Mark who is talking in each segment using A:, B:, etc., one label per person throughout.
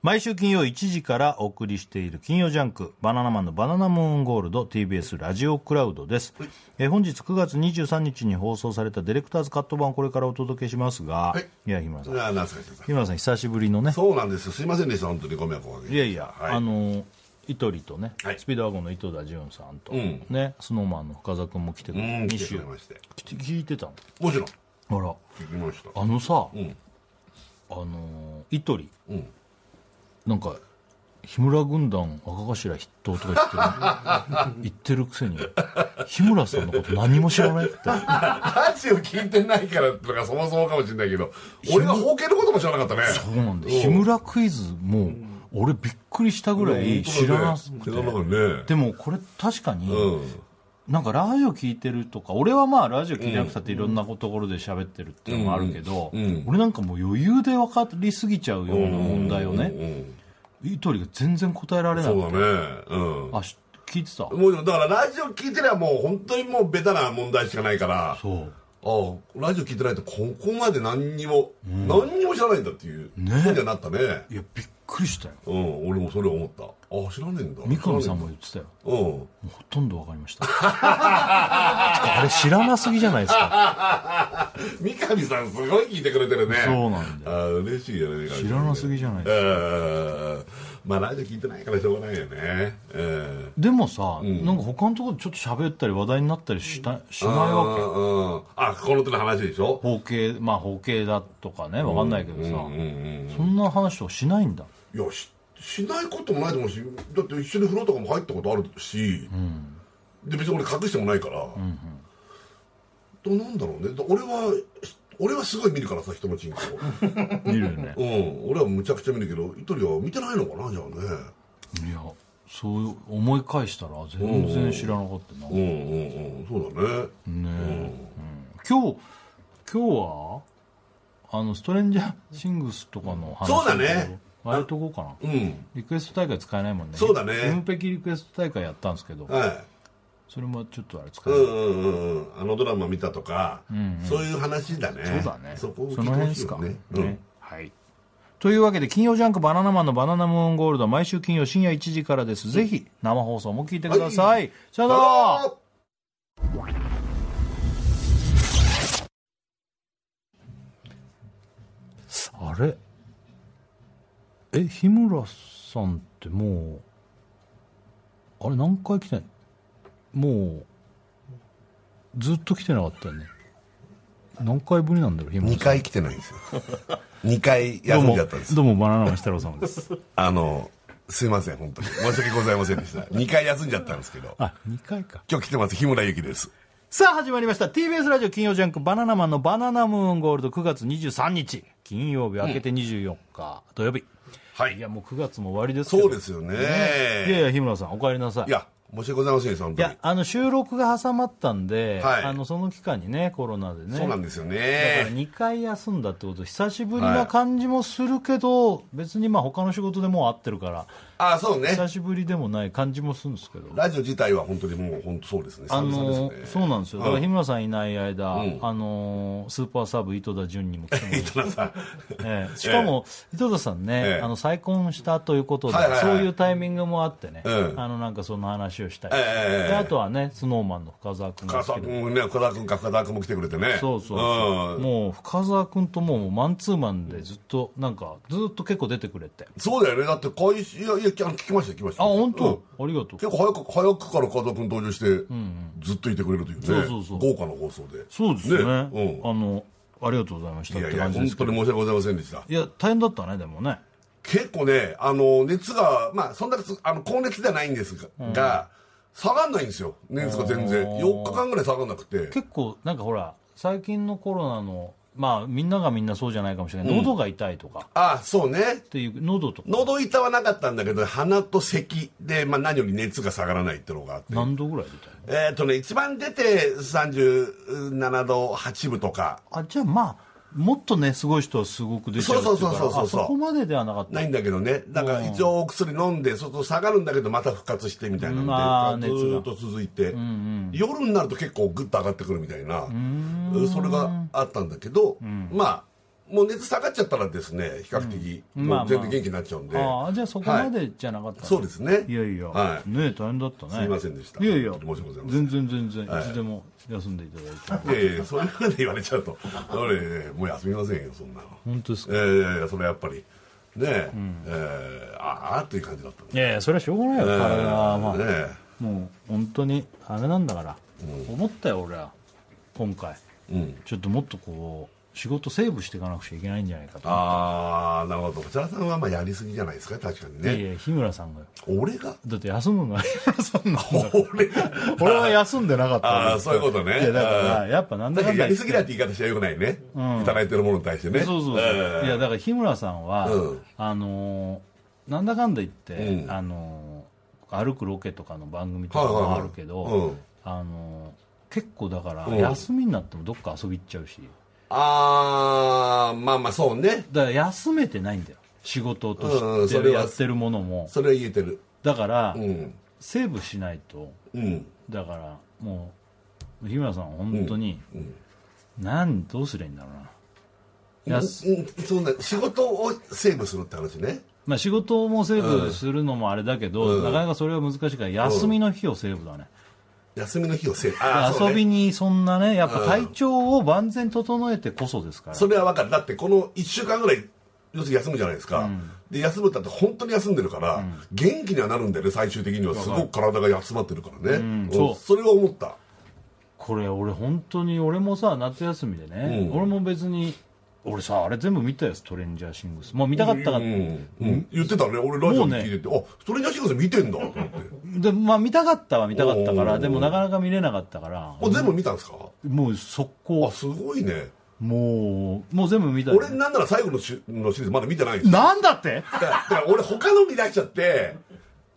A: 毎週金曜1時からお送りしている金曜ジャンク「バナナマンのバナナムーンゴールド」TBS ラジオクラウドです、えー本日9月23日に放送されたディレクターズカット版をこれからお届けしますが、
B: はい
A: い、や日村さん
B: いや懐かしいです
A: 日村さん久しぶりのね
B: そうなんですすいませんでした本当にご迷惑をおかけ
A: いやいや、
B: はい、
A: あのイトリとね、
B: はい
A: スピードワゴンの井戸田潤さんと、
B: ん
A: ねスノーマンの深澤君も来てく
B: う
A: れ
B: ん
A: て二
B: 来てく
A: 週
B: れまして
A: 来て聞いてたの
B: もちろん
A: あら
B: 聞きました
A: あのさ、
B: うん
A: あのー、イトリ
B: うん
A: なんか日村軍団赤頭筆頭とか 言ってる言ってるくせに日村さんのこと何も知らないって
B: ラジオ聞いてないからとかそもそもかもしれないけど俺が包茎のことも知らなかったね
A: そうなんだよ日村クイズも俺びっくりしたぐらい知らなくて、
B: 知らなかったね
A: でもこれ確かに、
B: うん
A: なんかラジオ聞いてるとか俺はまあラジオ聞いてなくたっていろんなところで喋ってるっていうのもあるけど、
B: うんうん
A: 俺なんかもう余裕で分かりすぎちゃうような問題をねイトリが全然答えられな
B: そ
A: いう
B: だねうん
A: あし聞いてた
B: もうだからラジオ聞いてりゃもう本当にもうベタな問題しかないから
A: そう
B: ああラジオ聞いてないとここまで何にも、何にも知らないんだっていう
A: ね
B: ことにはなったね
A: いやびっくりしたよ
B: うん俺もそれ思ったああ知らねえんだ
A: 三上さんも言ってたよ
B: うん
A: もうほとんど分かりました てかあれ知らなすぎじゃないですか
B: 三上さんすごい聞いてくれてるね
A: そうなんだ
B: ああ嬉しいよね三上さん
A: 知らなすぎじゃない
B: うんうんうんまあラジオ聞いてないからしょうがないよねうん
A: でもさ、なんか他のところでちょっと喋ったり話題になったりしたしないわけ
B: うんうんあこの手の話でしょ
A: 包茎まあ包茎だとかね分かんないけどさ、
B: うんうん
A: そんな話をしないんだ
B: いやししないこともないと思うしだって一緒に風呂とかも入ったことあるし、で別に俺隠してもないから、どうなんだろうねだ俺は俺はすごい見るからさ人のチンコ
A: 見るよね
B: うん俺はむちゃくちゃ見るけどイトリは見てないのかなじゃ あ
A: いやそう思い返したら全然知らなかったな、
B: ねうんうんうんそうだね
A: 今日今日はあのストレンジャーシングスとかの話
B: そうだね
A: あれとこうかな
B: うん
A: リクエスト大会使えないもんね
B: そうだね
A: ムペキリクエスト大会やったんですけど
B: はい
A: それもちょっとあれ使
B: う
A: え
B: ん
A: ない、
B: うんうんうんあのドラマ見たとか、そういう話だね
A: そうだね
B: そこを聞い
A: そ
B: て
A: の
B: ほ
A: 辺
B: し
A: で
B: い
A: す
B: よ
A: か
B: ね
A: ねはいというわけで金曜ジャンクバナナマンのバナナムーンゴールドは毎週金曜深夜1時からです、ぜひ生放送も聞いてください、
B: は
A: さよ
B: うん
A: なら
B: あ
A: あれえ日村さんってもうあれ何回来てんもうずっと来てなかったよね何回ぶりなんだろう日村
B: 2
A: さん
B: 回来てない んですよ2回休んじゃったんです
A: どうもどうもバナナマン設楽さん です
B: あの、すいません、本当に。申し訳ございません でした。2回休んじゃったんですけど。
A: あ2回か
B: 今日来てます、日村ゆきです。
A: さあ始まりました TBS ラジオ金曜ジャンク「バナナマンのバナナムーンゴールド」9月23日金曜日明けて24日、土曜日
B: はい
A: やもう9月も終わりですけど
B: そうですよね。
A: いやいや日村さんお帰りなさい
B: いや、申し訳ございませんでした、本
A: い
B: 当に
A: や。あの収録が挟まったんで、
B: はい
A: あのその期間にねコロナでね
B: そうなんですよ
A: だから
B: ね。
A: 2回休んだってこと久しぶりな感じもするけど、別にまあ他の仕事でもう会ってるから
B: あ、そうね。
A: 久しぶりでもない感じもするんですけど
B: ラジオ自体は本当にもう、本当そうですね。
A: あ
B: 久々
A: の
B: です
A: そ
B: ね。
A: うなんですよだから日村さんいない間、
B: うん
A: あのスーパーサブ井戸田潤にも来てもら
B: 井
A: って
B: 戸田さん。
A: ええしかも、井戸田さんね、
B: ええ
A: あの再婚したということで、
B: はいはいはい
A: そういうタイミングもあってね、
B: うん
A: あのなんかその話をしたり、
B: ええ
A: であとはね、スノーマンの深澤君が来て
B: 深澤
A: くれて
B: 君もね、深澤君か深澤君も来てくれてね。
A: そうそうそう、
B: うん。
A: もう深澤君ともうマンツーマンでずっとなんかずっと結構出てくれて
B: そうだよね。だって、こういう、いや、いや、聞きました、聞きました。
A: あ本当、
B: うん
A: ありがとう
B: 結構早く、早くから深澤君登場して、ずっといてくれるというね。
A: そうそうそう
B: 豪華な放送で。
A: そうですね
B: うん。
A: あのありがとうございました
B: い
A: っ
B: や
A: て
B: いや、
A: 感
B: 本
A: じ
B: 当
A: で
B: に
A: すけどい
B: 申し訳ございませんでした。
A: や大変だったねでもね
B: 結構ね、あの、熱が、まあ、そんな、あの、高熱ではないんですが、が下がんないんですよ。熱が全然。4日間ぐらい下がんなくて。
A: 結構なんかほら最近のコロナのまあみんながみんなそうじゃないかもしれない、喉が痛いとか
B: ああ、そうね
A: っ。ていう喉とか
B: 喉痛はなかったんだけど、鼻と咳で、まあ、何より熱が下がらないってのがあって。
A: 何度ぐらい出たの
B: えっ、とね、一番出て37度8分とか、
A: あじゃあまあもっとねすごい人はすごく出ちゃうっていから
B: そうそうそうそうそう
A: あそこまでではなかった
B: ないんだけどね。だから、一応お薬飲んで、そうすると下がるんだけど、また復活してみたいな
A: うんああ
B: ので、ず
A: 熱が
B: ーっと続いて、夜になると結構グッと上がってくるみたいな、それがあったんだけど、まあ、もう熱下がっちゃったらですね比較的、
A: うんまあまあ
B: もう全然元気になっちゃうんで、
A: ああじゃあそこまでじゃなかったの、
B: そうですね
A: いやいや、
B: はい
A: ねえ大変だったね
B: すいませんでした
A: いやいや
B: 申し訳ございませ
A: 全
B: ん
A: 然全然、
B: はい
A: い、つでも休んでいただいて
B: いやいやそういうふうに言われちゃうと俺もう休みませんよそんなの
A: 本当ですか、
B: えーいやいやそれはやっぱりねえ、えーああという感じだったね
A: いやいやそれはしょうがないよ、
B: え
A: 体はまあ、
B: ーねえ
A: もう本当にあれなんだから、思ったよ俺は今回
B: うん
A: ちょっともっとこう仕事セーブしていかなくちゃいけないんじゃないかと
B: ああなるほどこちらさんはまあやりすぎじゃないですか確かに
A: いやい
B: ね
A: や日村さんがよ
B: 俺が
A: だって休むのは日村さんなんだから
B: 俺が
A: 俺は休んでなかったわけ
B: ああそういうことね
A: いやだから
B: うん
A: やっぱなんだ
B: だ
A: か
B: か
A: んだ
B: らやりすぎだって言い方しちゃよくないね、いただいてるものに対してね
A: そうそうそう、
B: えー
A: いやだから日村さんは、
B: うん
A: あのーなんだかんだ言って、
B: うん
A: あのー歩くロケとかの番組とか
B: はいはい
A: も
B: はい
A: あるけど、
B: うん
A: あのー結構だから、
B: うん
A: 休みになってもどっか遊び行っちゃうし
B: ああまあまあそうね
A: だから休めてないんだよ仕事
B: うんう
A: と
B: ん
A: し
B: それ
A: て
B: は
A: やってるものも、
B: それは言えてる
A: だから、
B: うん
A: セーブしないと
B: うん
A: だからもう日村さんは本当に、
B: うん
A: なんどうすりゃいいんだろうな
B: うん
A: や
B: うん
A: す
B: そうね仕事をセーブするって話ね
A: まあ、仕事もセーブするのもあれだけど、
B: うん
A: なかなかそれは難しいから休みの日をセーブだね、
B: 休みの日をセーブあーそう
A: 遊
B: ね
A: びにそんなねやっぱ体調を万全整えてこそですから、
B: それは分かるだってこの1週間ぐらい要するに休むじゃないですか、で休むったって本当に休んでるから、元気にはなるんだよね最終的にはすごく体が集まってるからね、
A: ん
B: ん
A: そう
B: それは思った
A: これ俺本当に俺もさ夏休みでね、
B: うん
A: 俺も別に俺さあれ全部見たやつトレンジャーシングスもう見たかったか
B: う
A: ら、
B: んうん言ってたね俺ラジオで聞いてて、あそれに足が見てんだと思って
A: でまあ見たかったは見たかったか
B: おうおうお
A: ら
B: う
A: でもなかなか見れなかったから
B: もう全部見たんですか
A: もう速攻
B: あすごいね
A: もうもう全部見たよ
B: 俺なんなら最後のしのシリーズまだ見てな いんですよ
A: なんだって
B: だからだから俺他の見出しちゃって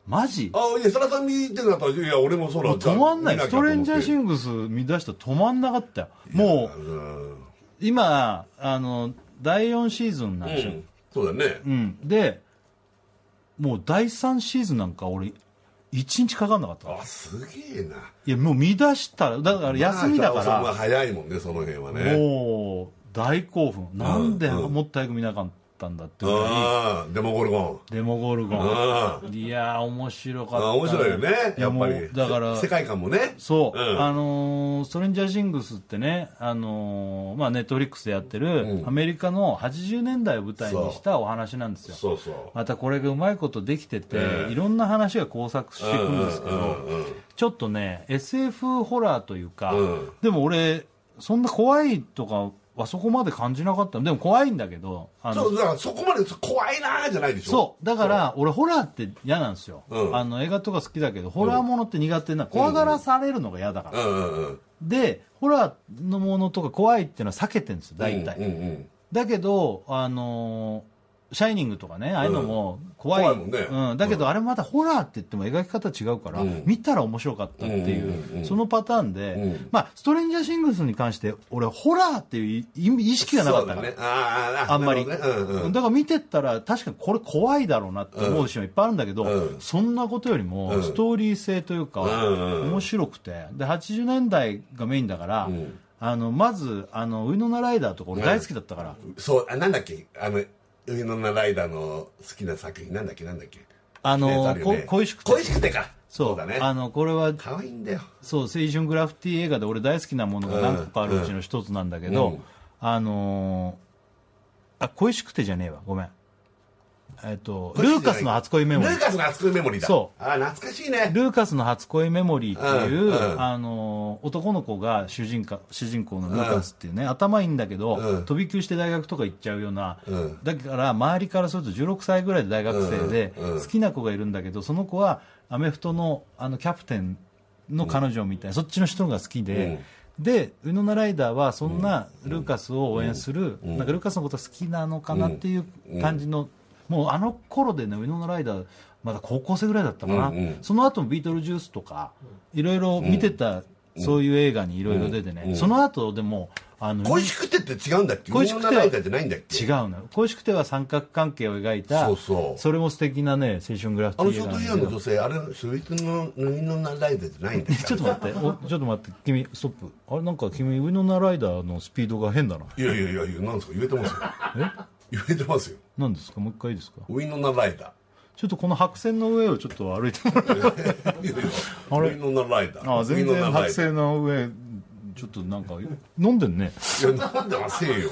A: マジ
B: あいやそらさん見てなかったらいや俺もそうだ
A: もう止まんない
B: じゃあ
A: ストレンジャーシ
B: 見
A: ングス見出したら止まんなかったよも
B: な
A: う
B: きゃと思って
A: 今あの第4シーズンなんでしょ、
B: うん、うん、そうだね
A: うん、でもう第3シーズンなんか俺1日かかんなかったから
B: あすげえない
A: やもう見出したらだから休みだか
B: まあ北尾さんは
A: ら、
B: 早いもんねその辺はね
A: もう大興奮なんでもっと早く見なかったんだっていうぐらい
B: ああデモゴルゴ
A: デモゴルゴ
B: ンあ
A: ンいやー面白かっ
B: あ
A: た
B: 面白いよねやっ
A: も
B: ぱ
A: う
B: り
A: だから
B: せ世界観もね
A: そう、
B: うん
A: あのーストレンジャーシングスってね、あのーまあ、ネットフリックスでやってる、
B: うん
A: アメリカの80年代を舞台にしたお話なんですよ
B: そうそう
A: またこれがうまいことできてて、
B: ええ
A: いろんな話が交錯していくんですけど、
B: うんうんうん
A: ちょっとね SF ホラーというか、
B: うん
A: でも俺そんな怖いとかはそこまで感じなかったでも怖いんだけどあの
B: そうだからそこまで怖いなーじゃないでしょ
A: そうだから俺ホラーって嫌なんですよ、
B: うん
A: あの映画とか好きだけどホラーものって苦手な怖がらされるのが嫌だから、
B: うんうんうん
A: でホラーのものとか怖いっていうのは避けてるんですよ大体、
B: うんうんうん
A: だけど、あのーシャイニングとかね、ああいうのも怖い。
B: 怖いもんね
A: うん。だけど、あれまたホラーって言っても描き方違うから、
B: うん
A: 見たら面白かったっていう、
B: うんうんうん
A: そのパターンで、
B: うん
A: まあ、ストレンジャーシングスに関して、俺、ホラーっていう意意識がなかったから。
B: そうだねあー
A: あんまり、
B: なるほどねうんうん
A: だから見てったら確かにこれ怖いだろうなって思うシーンはいっぱいあるんだけど、
B: うん
A: そんなことよりも
B: うん
A: ストーリー性というか、
B: うんうんうん
A: 面白くてで80年代がメインだから、
B: うん
A: あのまずあのウイノナライダーとか俺大好きだったから、
B: そうあなんだっけあの上野ライダーの好きな作品なんだっけなんだっけ
A: あ
B: ね
A: の、
B: あるよ
A: こ
B: ね
A: 恋しくて
B: 恋しくてか
A: そう
B: そうだね
A: あのこれは
B: 可愛いんだよ
A: そう青春グラフィティ映画で俺大好きなものが何個かあるうちの一つなんだけど、
B: うん
A: あのーあ恋しくてじゃねえわごめんえっとルーカスの初恋メモリ
B: ル
A: ー
B: ーカスの初恋メモリーだ
A: そ
B: あー懐かしいね
A: ルーカスの初恋メモリーっていう、
B: うんうん
A: あのー男の子が主人か主人公のルーカスっていうね、頭いいんだけど、
B: うん
A: 飛び級して大学とか行っちゃうような、
B: うん
A: だから周りからすると16歳ぐらいで大学生で、
B: うんうん
A: 好きな子がいるんだけどその子はアメフトのあのキャプテンの彼女みたいな、そっちの人が好きで。でウノナライダーはそんなルーカスを応援する、なんかルーカスのことは好きなのかなっていう感じの、もうあの頃でねウノナライダーまだ高校生ぐらいだったかな、
B: うんうん
A: その後もビートルジュースとかいろいろ見てた、そういう映画にいろいろ出てね、その後でもあの
B: 恋しくてって違うんだっけ
A: 恋しくては
B: 女ライダーじゃないんだっけ
A: 違うの恋しくては三角関係を描いた
B: そうそう
A: れも素敵なね青春グラフィテ
B: あ
A: ィ映画なん
B: のショートヘ
A: だ
B: ア
A: けど
B: の女性あれそいつの縫いのライダーじゃないんだ っ
A: ちょっと待っておちょっと待って君ストップあれなんか君ウィノナライダーのスピードが変だな
B: けいやいやいやいやなんですか言えてますよ言えてますよ
A: 何ですかもう一回いいですか
B: ウィンのライダ
A: ちょっとこの白線の上をちょっと歩いて もらって
B: ーいやいやウィンのライダー
A: あ全
B: ウィ
A: 然
B: ンナラ
A: 白
B: イダー
A: 線の上ちょっとなんか飲んでんね
B: いやなんでませんよ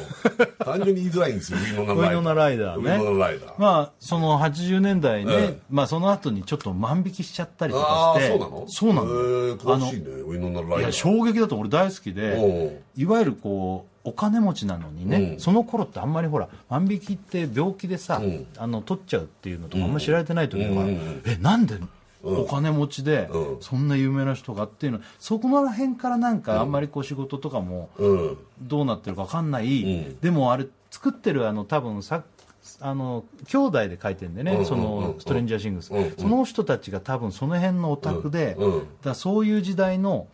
B: 単純に言いづらいんですよウィンの
A: ウィ
B: ライダー
A: ノナライダーね
B: ウィンのライダー
A: まあその80年代ね、
B: ええ
A: まあその後にちょっと万引きしちゃったりと
B: あ
A: か
B: あ
A: して
B: そうなの
A: そうなの
B: へえ
A: あ
B: 詳
A: の
B: しいねウィンのラ
A: い
B: イダ
A: や
B: ー
A: 衝撃だと俺大好き
B: お
A: で
B: う
A: いわゆるこうお金持ちなのにね、
B: うん
A: その頃ってあんまりほら万引きって病気でさ、
B: ん
A: あの取っちゃうっていうのとかあんまり知られてない時だから、
B: うんうんうん
A: えなんでお金持ちで
B: うん
A: そんな有名な人がっていうのそこら辺からなんかあんまりこう仕事とかも
B: うん
A: どうなってるか分かんない、
B: うん
A: でもあれ作ってるあの多分さあの兄弟で書いてんでね、
B: うんうんうん
A: そのストレンジャーシングス、
B: うんうん
A: その人たちが多分その辺のオタクで、
B: うんうん
A: だからそういう時代の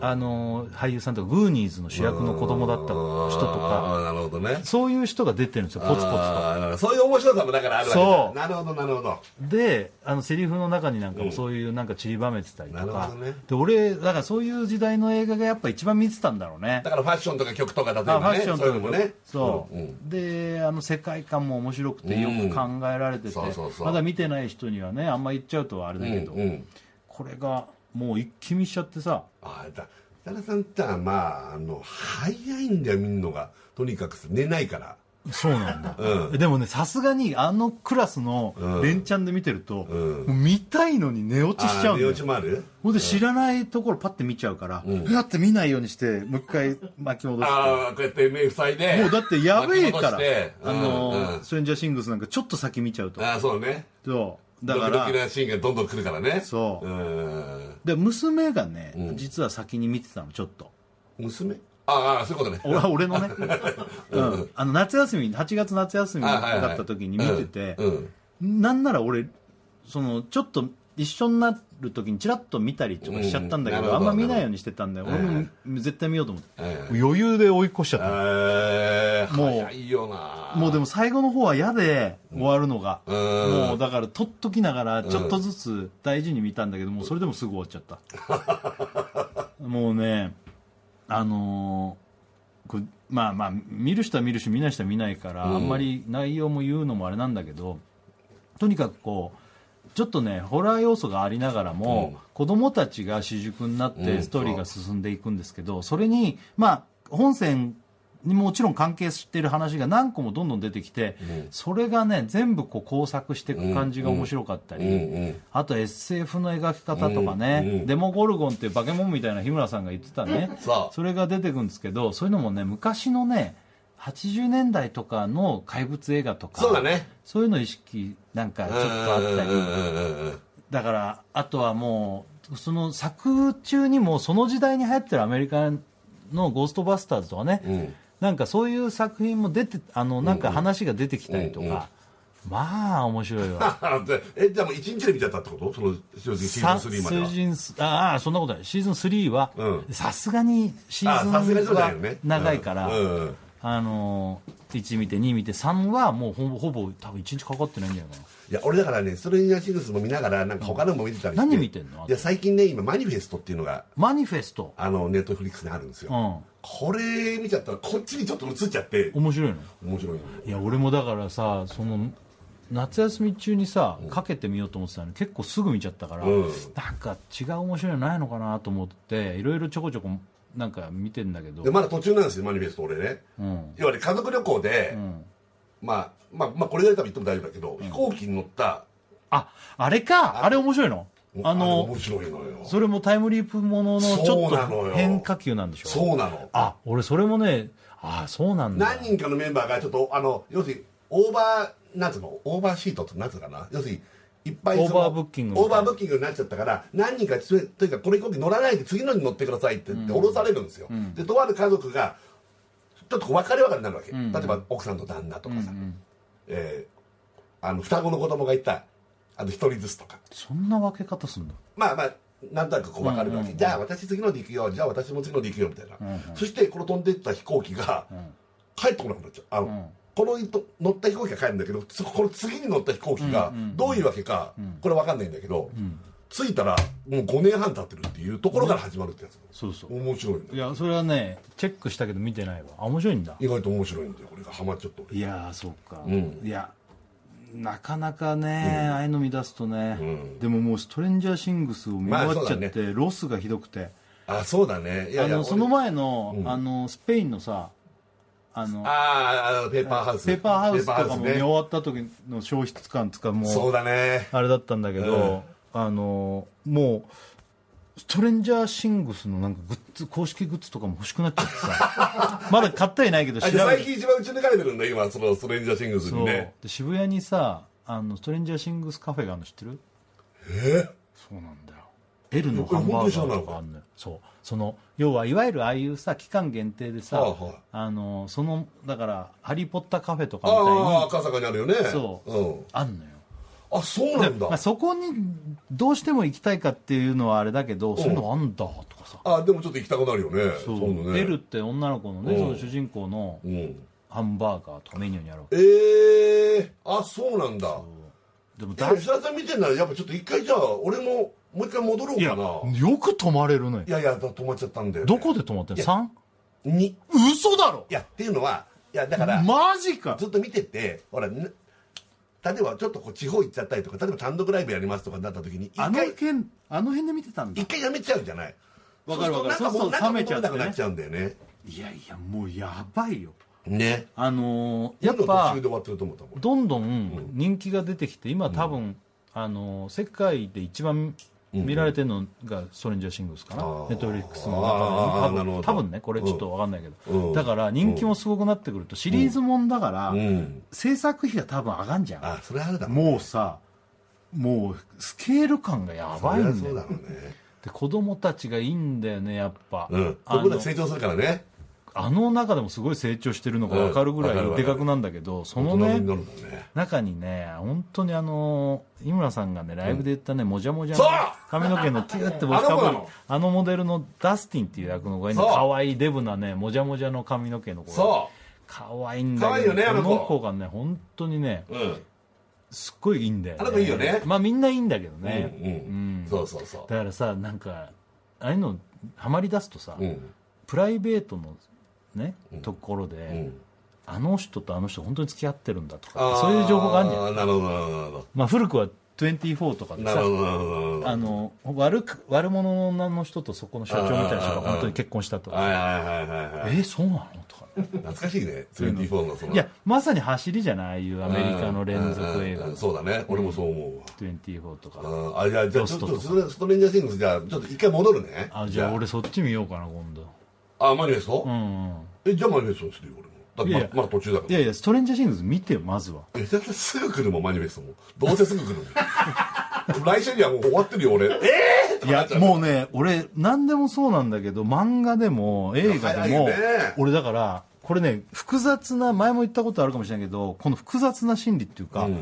A: あの俳優さんとかグーニーズの主役の子供だった人とか
B: ああなるほどね
A: そういう人が出てるんですよポツポツと
B: あーそういう面白さもだからある
A: そ
B: わ
A: う
B: けだなるほどなるほど
A: であのセリフの中になんかもそういうなんか散りばめてたりとか、
B: なるほどね
A: で俺だからそういう時代の映画がやっぱ一番見てたんだろうね
B: だからファッションとか曲とか例
A: あ
B: え
A: ファ
B: ば
A: ッ
B: ね
A: ション
B: そういうの
A: と
B: も
A: か
B: ね
A: そう、
B: ん
A: であの世界観も面白くてよ
B: うん
A: く考えられてて、
B: そうそうそう
A: まだ見てない人にはねあんま言っちゃうとあれだけど、
B: うんうん
A: これがもう一気見しちゃってさ
B: あだ田中さんってのはまああの早いんだよ見るのがとにかく寝ないから
A: そうなんだ、
B: う
A: でもねさすがにあのクラスの連チャンで見てると、
B: うん
A: もう見たいのに寝落ちしちゃうんだ
B: あー寝
A: よ
B: 落ちもある
A: ほんで知らないところパッて見ちゃうから、うわって見ないようにしてもう一回巻き戻して
B: ああこうやって目塞いで
A: もうだってやべえから
B: 巻き戻して
A: あ
B: うんう
A: の
B: ん
A: ストレンジャーシングスなんかちょっと先見ちゃうと
B: ああそうね
A: そうだ
B: ド
A: か
B: キ
A: ら
B: ドキなシーンがどんどん来るからね
A: そう
B: うん
A: で娘がね、
B: ん
A: 実は先に見てたのちょっと
B: 娘ああそういうことね
A: 俺は俺の ね、うん、あの夏休み8月夏休み
B: あはいはい
A: だった時に見てて、
B: うんうん
A: なんなら俺そのちょっと一緒になる時にちらっと見たりとかしちゃったんだけど,、
B: うんな
A: あ
B: る
A: ん
B: ほど
A: ま見ないようにしてたんだよ、
B: るほど
A: 俺も絶対見ようと思って、
B: え
A: 余裕で追い越しちゃった、
B: えー
A: もう
B: 早いよな
A: もうでも最後の方は嫌で終わるのが、
B: うん
A: もうだから取っときながらちょっとずつ大事に見たんだけどもうそれでもすぐ終わっちゃった もうねあのーこれまあまあ見る人は見るし見ない人は見ないから、あんまり内容も言うのもあれなんだけどとにかくこうちょっとねホラー要素がありながらも、
B: うん
A: 子供たちが主軸になっ
B: う
A: て
B: ん
A: ストーリーが進んでいくんですけど、それにまあ本線にもちろん関係してる話が何個もどんどん出てきて、それがね全部こう工作していく感じが面白かったり、
B: うんうん
A: あと SF の描き方とかね、
B: うんうん
A: デモゴルゴンっていう化け物みたいな日村さんが言ってたね
B: そう
A: それが出てくるんですけどそういうのもね昔のね80年代とかの怪物映画とか
B: そうだね
A: そういうの意識なんかちょっとあったり
B: うんうんうんうんうん
A: だからあとはもうその作中にもその時代に流行ってるアメリカの「ゴーストバスターズ」とかね、
B: うん
A: なんかそういう作品も出てあのなんか話が出てきたりとか、
B: うんうん
A: まあ面白いわ
B: あでえじゃあもう1日で見ちゃったってことその正直シーズン3までは
A: さシーズンスああそんなことないシーズン3は
B: うん
A: さすがにシ
B: あさすがに
A: ーズ
B: そ
A: ン
B: うだ
A: が
B: よね
A: 長いから、
B: うんうんうん
A: あのー1見て2見て3はもうほぼほぼ多分1日かかってないんじゃないかない
B: や俺だからねストレンジャーシングスも見ながらなんか他のも見てたりして、
A: 何見てんの
B: いや最近ね今マニフェストっていうのが
A: マニフェスト
B: あのネットフリックスにあるんですよ、
A: う
B: これ見ちゃったらこっちにちょっと映っちゃって
A: ん面白いの
B: 面白いのよ
A: いや俺もだからさその夏休み中にさかけてみようと思ってたのに結構すぐ見ちゃったから、
B: うん
A: なんか違う面白いのないのかなと思っていろいろちょこちょこなんか見てんだけど、
B: でまだ途中なんですよマニフェスト俺ね
A: うん
B: 要はね家族旅行で、
A: うん、
B: まあ、まあまあこれぐらい多分言っても大丈夫だけど、飛行機に乗った
A: ああれかあれ面白いのあ
B: れ
A: の
B: 面白いのよ
A: それもタイムリープもののちょっ
B: そうなの
A: と
B: よ
A: 変化球なんでしょ
B: そうなの
A: あ俺それもねあそうなんだ
B: 何人かのメンバーがちょっとあの要するにオーバーなんつうのオーバーシートってなんつうかな要するにいっぱいその
A: オーバーブッキング
B: オーバーブッキングになっちゃったから何人かつとにかくこの飛行機乗らないで次のに乗ってくださいって言って降ろされるんですよ、でとある家族がちょっとこう別れ別れになるわけ、
A: ん
B: 例えば奥さんと旦那とかさ、
A: うん
B: えーあの双子の子供がいたあと一人ずつとか
A: そんな分け方すんだ
B: まあまあなんとなくこう分かれるわけ、じゃあ私次ので行くよじゃあ私も次ので行くよみたいな、そしてこの飛んでった飛行機が帰ってこなくなっちゃうあの、この糸乗った飛行機が帰るんだけどそこの次に乗った飛行機がどういうわけか、これ分かんないんだけど、着いたらもう5年半経ってるっていうところから始まるってやつ、
A: そうそう
B: 面白いんだ
A: いやそれはねチェックしたけど見てないわあ面白いんだ
B: 意外と面白いんだよこれがハマっちゃった俺
A: いやーそうか、
B: ん
A: いやなかなかね、ああいうの見出すとね、
B: ん
A: でももうストレンジャーシングスを見終わっちゃっ
B: まあそ
A: て、ロスがひどくて
B: あそうだねいやい
A: あ
B: や
A: のその
B: 俺
A: 前の,、あのスペインのさあの
B: あーあのペーパーハウス
A: ペーパーハウスとかも見
B: ペーパー
A: 終
B: ハウ
A: わった時の消失感つかもう
B: スねそうだね
A: あれだったんだけど、あのもうストレンジャーシングスのなんかグッズ公式グッズとかも欲しくなっちゃって さまだ買ってはいないけど
B: あ
A: 調
B: じゃあ
A: べて
B: 最近一番打ち抜かれてるんだ今そのストレンジャーシングス
A: そ
B: に
A: う
B: ね
A: で渋谷にさあのストレンジャーシングスカフェがあるの知ってる
B: え
A: そうなんだよ L のハンバーガーとかあるのよそうその要はいわゆるああいうさ期間限定でさ、
B: はいはい
A: あのそのだから「ハリー・ポッターカフェ」とかみたい
B: ああ
A: に
B: 赤坂にあるよね、
A: そうんあんのよ
B: あそうなんだ
A: まあ、そこにどうしても行きたいかっていうのはあれだけど、そういうのあんだとかさ
B: あでもちょっと行きたくなるよね
A: そう、
B: 今度ね
A: L って女の子のね、
B: うん
A: その主人公の
B: うん
A: ハンバーガーとかメニューにあるわけ
B: えー、あそうなんだ
A: でもだ
B: 吉田さん見てんならやっぱちょっと一回じゃあ俺ももう一回戻ろう
A: いや
B: かな
A: よく泊まれるね
B: いやいやだ止まっちゃったんだよね、
A: どこで泊まってんの 3?
B: にい
A: 嘘だろ
B: やっていうのはいやだから、
A: マジか
B: ずっと見ててほらね例えばちょっとこう地方行っちゃったりとか例えば単独ライブやりますとかになった時に一
A: あの
B: 回
A: 辺あの辺で見てたんだ
B: 一回やめちゃうじゃない
A: わかるわかる
B: そうするとな
A: そ
B: ん
A: うそう
B: かもうな
A: 冷め
B: んか
A: ちゃってね
B: 戻れなくなっちゃうんだよね
A: いやいやもうやばいよ
B: ね
A: あのーや
B: や
A: っ
B: っぱ途
A: ぱ
B: 中で終わってると思ったもん
A: どんどん人気が出てきて今多分、あのー世界で一番見られてるのがストレンジャーシングスかな、
B: あー
A: ネットフリックスの
B: あー
A: 中で
B: なる
A: も多分
B: ほど
A: 多分ねこれちょっと分かんないけど、
B: うん
A: だから人気もすごくなってくるとシリーズもんだから、
B: うん
A: 制作費が多分上がんじゃん、
B: あそれあるだろう
A: もうさもうスケール感がやばいんだよ
B: そりゃそうだろうね
A: で子供たちがいいんだよねやっぱ、
B: うん
A: あ
B: そこで
A: の
B: 成長するからね
A: あの中でもすごい成長してるのが分かるぐら
B: うんわかる
A: い
B: わか
A: で
B: る
A: かくなんだけどその
B: 大人にな
A: ね
B: るもんね
A: 中にね本当にあの井村さんがねライブで言ったねもじゃもじゃ
B: そ
A: の
B: う
A: 髪の毛のキュッて帽子か
B: あの子
A: ぶ
B: な
A: る
B: の
A: あのモデルのダスティンっていう役の子がいいの
B: そう
A: 可愛いデブなねもじゃもじゃの髪の毛の子
B: そ
A: 可愛いんだ
B: 可愛
A: け
B: い
A: ど
B: よねあの子
A: この子がね本当にね
B: ううん
A: すっごいいいんだよ
B: あの子いいよね
A: まあみんないいんだけど
B: う
A: ね
B: んうんそうそうそ
A: だからさなんかああいうのハマりだすとさ
B: ううん
A: プライベートのねところで、
B: うん
A: あの人とあの人本当に付き合ってるんだと
B: あ
A: か
B: ー
A: そういう情報があるんじゃん、
B: なるほどなるほど
A: まあ、古くは24とかで
B: なる
A: さ
B: ほどなるほどな
A: あ
B: るほど
A: の悪く悪者の女の人とそこの社長みたいな人が本当に結婚したとか
B: はいはいはいはい
A: え
B: はい
A: ーそうなのとか
B: 懐かしいね24のその
A: いやまさに走りじゃないああいうアメリカの連続映
B: うんうんう
A: 画
B: んそうだね俺もそう思うわ
A: 24とか
B: ああじゃあじゃあ
A: ロ
B: ち
A: ス
B: ょっ
A: トと
B: と
A: か
B: ストレストレンジャーシングスじゃあちょっと一回戻るね
A: あじゃあ俺そっち見ようかな今度
B: ああマニフェスト、
A: うん、うん、
B: えじゃあマニフェストにするよ俺もだ
A: い
B: っ
A: や
B: てままあ途中だか
A: い
B: ら
A: やいやストレンジャーシングス見てよまずは
B: えだってすぐ来るもんマニフェストもどうせすぐ来 るもん来週にはもう終わってるよ俺え
A: い やもうね俺何でもそうなんだけど漫画でも映画でも、
B: いや早いよね
A: 俺だからこれね複雑な前も言ったことあるかもしれないけどこの複雑な心理っていうか、
B: うん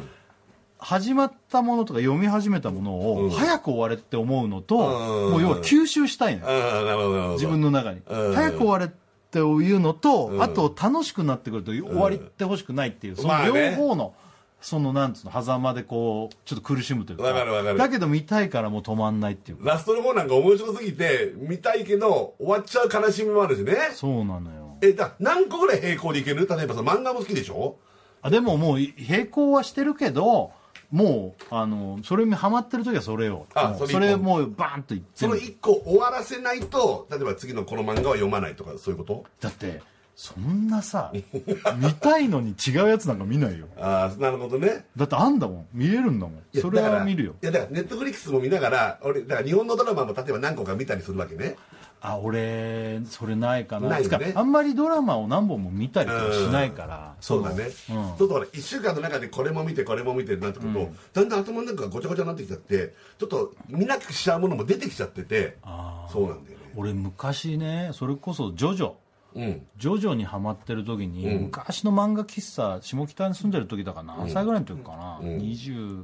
A: 始まったものとか読み始めたものを早く終われって思うのと、
B: うん
A: もう要は吸収したいの、よ
B: ああなるほどなるほど
A: 自分の中に、
B: うん
A: 早く終われっていうのと、あと楽しくなってくると終わりってほしくないっていうそ
B: ま
A: の
B: あ
A: 両
B: ね
A: 方の、そのなんつうの狭間でこうちょっと苦しむというか
B: わかるわかる
A: だけど見たいからもう止まんないっていうか
B: ラストの方なんか面白すぎて見たいけど終わっちゃう悲しみもあるしね
A: そうなのよ
B: えだ何個ぐらい並行でいける例えばさ漫画も好きでしょ
A: あでももうい並行はしてるけどもうあのそれにハマってる時はそれを
B: あ
A: もう
B: それ
A: それもうバーンといって
B: その
A: る
B: 一個終わらせないと例えば次のこの漫画は読まないとかそういうこと
A: だってそんなさ 見たいのに違うやつなんか見ないよ
B: ああなるほどね
A: だってあんだもん見れるんだもん
B: いや
A: それ
B: だか
A: は
B: ら
A: 見るよ
B: いやだからネットフリックスも見ながら俺だから日本のドラマも例えば何個か見たりするわけね
A: あ俺それないかな
B: ないよね
A: つうかあんまりドラマを何本も見たりとかしないから
B: そうだね、
A: そのうん
B: ちょっとほら1週間の中でこれも見てこれも見てってなってくると、だんだん頭の中がごちゃごちゃになってきちゃってちょっと見なくしちゃうものも出てきちゃってて
A: あー
B: そうなんだよね
A: 俺昔ねそれこそジョジョ
B: うん
A: ジョジョにハマってる時に、
B: うん
A: 昔の漫画喫茶下北に住んでる時だから何歳ぐらいの時かな、
B: うん
A: 20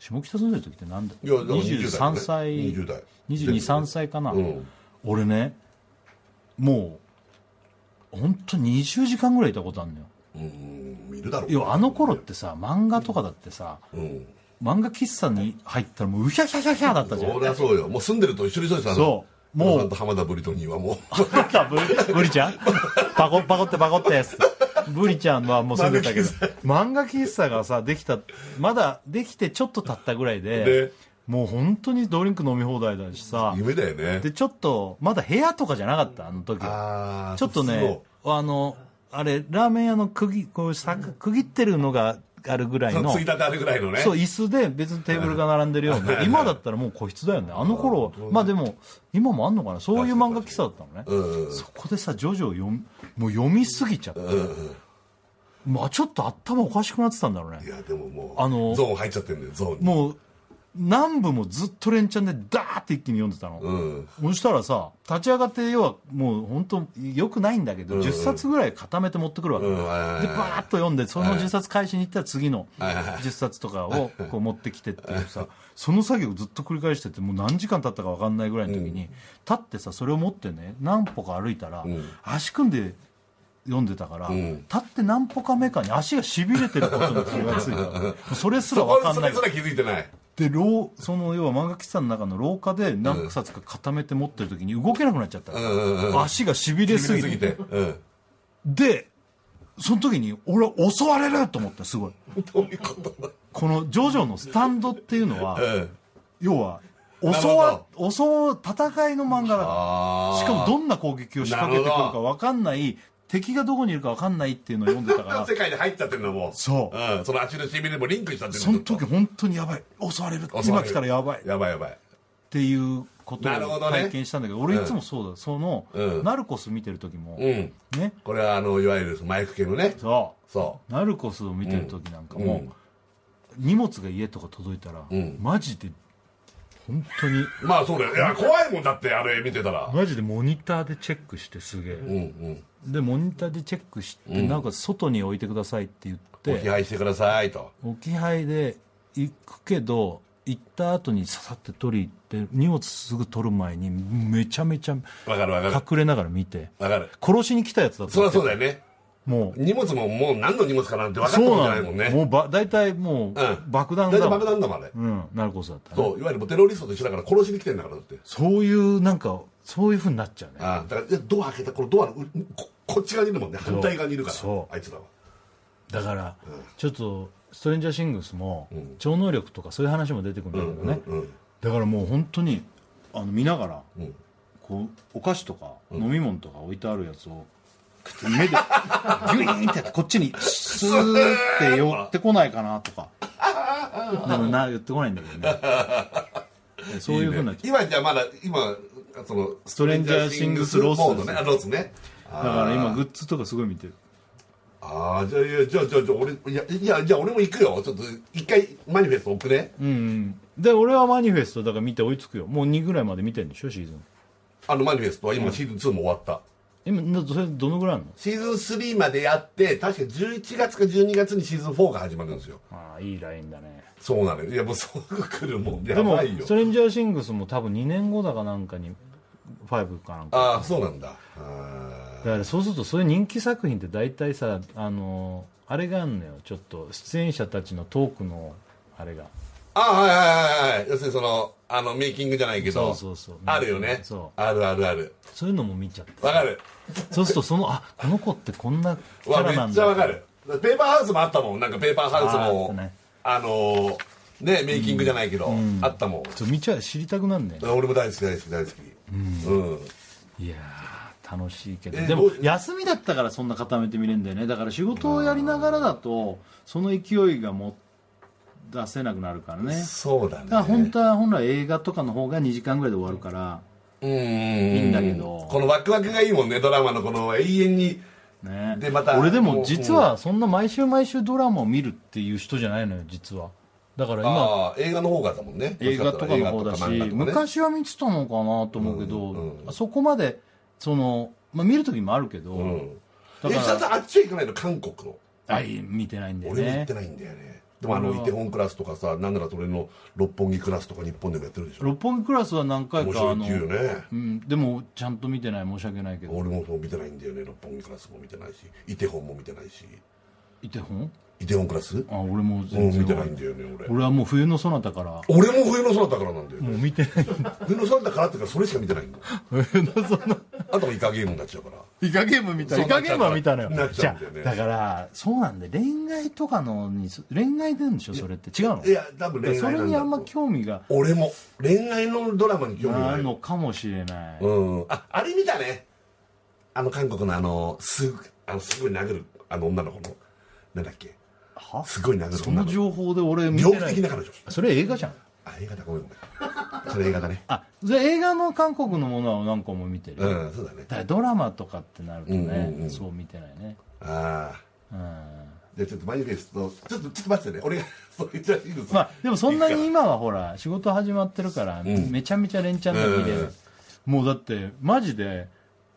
A: 下北住んでる時ってなんだ
B: いやだから20代だね
A: 23歳
B: 20代
A: 223歳かな、
B: うん
A: 俺ねもう本当に20時間ぐらいいたことあるのよ
B: うんいるだろう
A: いやあの頃ってさ漫画とかだってさ
B: うん
A: 漫画喫茶に入ったらもううひゃひゃひゃひゃだったじゃん
B: そりゃそうよもう住んでると一緒にそうですあの
A: そうもう
B: 小田さんと浜田ブリトニーはも
A: なんだブ ブリちゃんパコパコってパコってやつブリちゃんはもう住んでたけど漫画喫茶がさできたまだできてちょっと経ったぐらいで
B: ね
A: もう本当にドリンク飲み放題だしさ
B: う 夢だよね
A: でちょっとまだ部屋とかじゃなかったあの時は
B: あー
A: ちょっとね
B: そ
A: あのあれラーメン屋の釘こうさ区切ってるのがあるぐらいうの
B: ついたてあるぐらいのね
A: そう椅子で別にテーブルが並んでるような今だったらもう個室だよ ねあの頃まあでも今もあんのかなそういう漫画喫茶だったのね
B: うんうん
A: そこでさ、ジョジョを読み、もう読みすぎちゃって、まあちょっと頭おかしくなってたんだろう
B: い
A: ね。
B: やでももう
A: あの
B: ゾーン入っちゃってんだよゾーンに
A: もう、南部もずっと連チャンでダーって一気に読んでたの。
B: うん
A: そしたらさ、立ち上がって、要はもう本当良くないんだけど、10冊ぐらい固めて持ってくるわけ。
B: うんはい
A: で、バーッと読んで、その10冊返しに行ったら次の
B: はいはい
A: 10冊とかをこう持ってきてっていうさ、その作業をずっと繰り返してて、もう何時間経ったか分かんないぐらいの時に、立ってさ、それを持ってね、何歩か歩いたら、足組んで読んでたから、
B: ん
A: 立って何歩か目かに足が痺れてることに気がついた。もうそれすら
B: そこ
A: 分かん
B: そ
A: な
B: れ
A: い
B: す。ら気づいてない
A: で廊その要は漫画喫茶の中の廊下で何冊か固めて持ってる時に動けなくなっちゃったの、
B: うんうんうん
A: 足がしびれ
B: 気
A: す
B: づ
A: ぎ
B: す
A: て
B: ぎてうん
A: でその時に俺は襲われると思ったすごい
B: どういうことだ
A: このジョジョのスタンドっていうのは
B: うん
A: 要は
B: るほど
A: 襲わ襲う戦いの漫画だか
B: あ
A: ら
B: ー
A: しかもどんな攻撃を仕掛けてくる
B: なる
A: か
B: ほ
A: 分かんない敵がどこにいるか分かんないっていうのを読んでた から
B: 世界で入っちゃってるのも
A: そう
B: うん、その足のしびれもリンクしちゃってる
A: その時本当にやばい襲われる
B: 襲わ
A: 今
B: れる
A: 来たらやばい
B: やばいやばい
A: っていうこと
B: なる
A: を
B: ほどね
A: 体験したんだけど俺いつもそうだ、その、
B: うん
A: ナルコス見てる時も、
B: うん
A: ね
B: これはあのいわゆるマイク系のね
A: そ
B: そう
A: ナルコスを見てる時なんかも、
B: うん
A: 荷物が家とか届いたら、
B: ん
A: マジで本当に
B: うまあそうだよいや怖いもんだってあれ見てたら
A: マジでモニターでチェックしてすげえ、
B: うんうん
A: でモニターでチェックして、なんか外に置いてくださいって言っ
B: 置き
A: て
B: 配してくださいと
A: 置き配で行くけど行った後にささって取り行って荷物すぐ取る前にめちゃめちゃ
B: わかるわかる
A: 隠れながら見て
B: わかる
A: 殺しに来たやつだと
B: そり
A: 思っ
B: ゃ
A: て
B: そうだよね
A: もう
B: 荷物ももう何の荷物かなんて分かっ
A: そ
B: たこ
A: う
B: とじゃ
A: な
B: ない
A: の
B: もんね
A: もうば大体もう
B: うん
A: 爆弾
B: 大
A: だわ
B: 体爆弾だもんあれ
A: うんナルコスだったね
B: そういわゆるもうテロリストと一緒だから殺しに来てんだからだって
A: そういうなんかそういうふうになっちゃうね
B: ああだからいやドア開けたこのドアのうここっち側にいるもんね反対側にいるか
A: そう
B: らあいつらは
A: だからちょっとストレンジャーシングスも超能力とかそういう話も出てくるんだけどね
B: うん
A: だからもう本当にあの見ながら
B: うん
A: こうお菓子とか飲み物とか置いてあるやつを目で ギュイーンってやってこっちにスーって寄ってこないかなとかでもな寄ってこないんだけ どねそういうふうになっちゃう
B: 今じゃあまだ今その
A: ストレンジャーシングスロス
B: モードねあロスね
A: だから今グッズとかすごい見てる
B: ああじゃあいやじゃあじゃあじゃあ俺いやいやじゃあ俺も行くよちょっと一回マニフェスト送れ
A: うん、で俺はマニフェストだから見て追いつくよもう2ぐらいまで見てるんでしょシーズン
B: あのマニフェストは今シーズン2も終わった、
A: 今なそれどのぐらいあるの
B: シーズン3までやって確か11月か12月にシーズン4が始まるんですよ
A: ああいいラインだね
B: そうなのよいやもうすぐ来るもんや
A: でも
B: ばいよ
A: ストレンジャーシングスも多分2年後だかなんかに5かなんか
B: ああそうなんだあ
A: だからそうするとそういう人気作品って大体さあのーあれがあんのよちょっと出演者たちのトークのあれが
B: ああはいはいはいはい要するにそのあのメイキングじゃないけど
A: そうそうそう
B: あるよね
A: そう
B: あるあるある
A: そういうのも見ちゃって
B: わかる
A: そうするとそのあこの子ってこんなキ
B: わ
A: ャラ
B: め
A: な
B: っ
A: ん
B: ちゃ
A: だ
B: わかるペーパーハウスもあったもんなんかペーパーハウス
A: あーあ
B: も
A: ったね
B: あ,、のーねメイキングじゃないけど、あったもん
A: ちょっと見ちゃう知りたくなんね
B: 俺も大好き大好き大好きうん、
A: いやー楽しいけど、
B: え
A: でも
B: どう
A: 休みだったからそんな固めて見れるんだよねだから仕事をやりながらだとその勢いがも出せなくなるからね
B: そうだね
A: だから本当は本来映画とかの方が2時間ぐらいで終わるから
B: うんい
A: い
B: い
A: んだけど
B: このワクワクがいいもんねドラマのこの永遠に
A: ね
B: でまた
A: 俺でも実はそんな毎週毎週ドラマを見るっていう人じゃないのよ実はだから今
B: ああ映画の方がだもんね
A: 映画とかの方だし、
B: 映画とか漫画とかね
A: 昔は見てたのかなと思うけど、
B: うんう
A: そこまでその、まあ、見る時もあるけど、
B: うん
A: だ
B: え
A: か
B: ちょっとあっちは行かないの韓国の
A: らあい見てないんだよ
B: 俺も行っ
A: ね
B: てないんだよねでもあのイテホンクラスとかさなんならそれの六本木クラスとか日本でもやってるでしょ
A: 六本木クラスは何回
B: 面
A: か
B: 白
A: あ
B: いっ
A: の
B: ていうよね
A: うん、でもちゃんと見てない申し訳ないけど
B: 俺もそう見てないんだよね六本木クラスも見てないしイテホンも見てないし
A: イテホン
B: イテホンクラスも
A: あ俺も
B: う
A: 全然
B: 見てないんだよね俺
A: 俺はもう冬のそなたからも
B: 俺も冬の空だからなんだよ、
A: う
B: ね
A: 見てない
B: 冬の空だからっていうかそれしか見てないんだ
A: 冬のそな
B: あとはイカゲームになっちゃうから
A: イカゲーム見た
B: そう
A: イカゲームは見たのよ
B: なっち
A: じ
B: ゃうん
A: ゃ
B: だよね
A: あだからそうなんで恋愛とかのに恋愛なんでしょそれって違うの
B: いや多分恋愛
A: そ
B: なんだ
A: れにあんま興味が
B: 俺も恋愛のドラマに興味
A: あ
B: ない
A: るのかもしれない
B: うんああれ見たねあの韓国のあのすぐあのすごい殴るあの女の子のなんだっけ
A: は
B: すごい殴る
A: その
B: 女の子
A: 情報で俺見
B: 猟
A: て
B: 奇
A: ない
B: 的な彼女
A: それ映画じゃん
B: あ映画だごめんごめんそれ映画だね
A: あそれ映画の韓国のものは何個も見てる、
B: う
A: だ
B: んそうだね
A: からドラマとかってなるとね、
B: うんうんうん
A: そう見てないね
B: ああ
A: うん
B: じゃあちょっとマジですとちょっとちょっと待ってね俺がそう言っちゃいいです
A: まあでもそんなに今はほら仕事始まってるから、
B: ん
A: めちゃめちゃ連チャンで見れ
B: うんう
A: る
B: ん、
A: もうだってマジで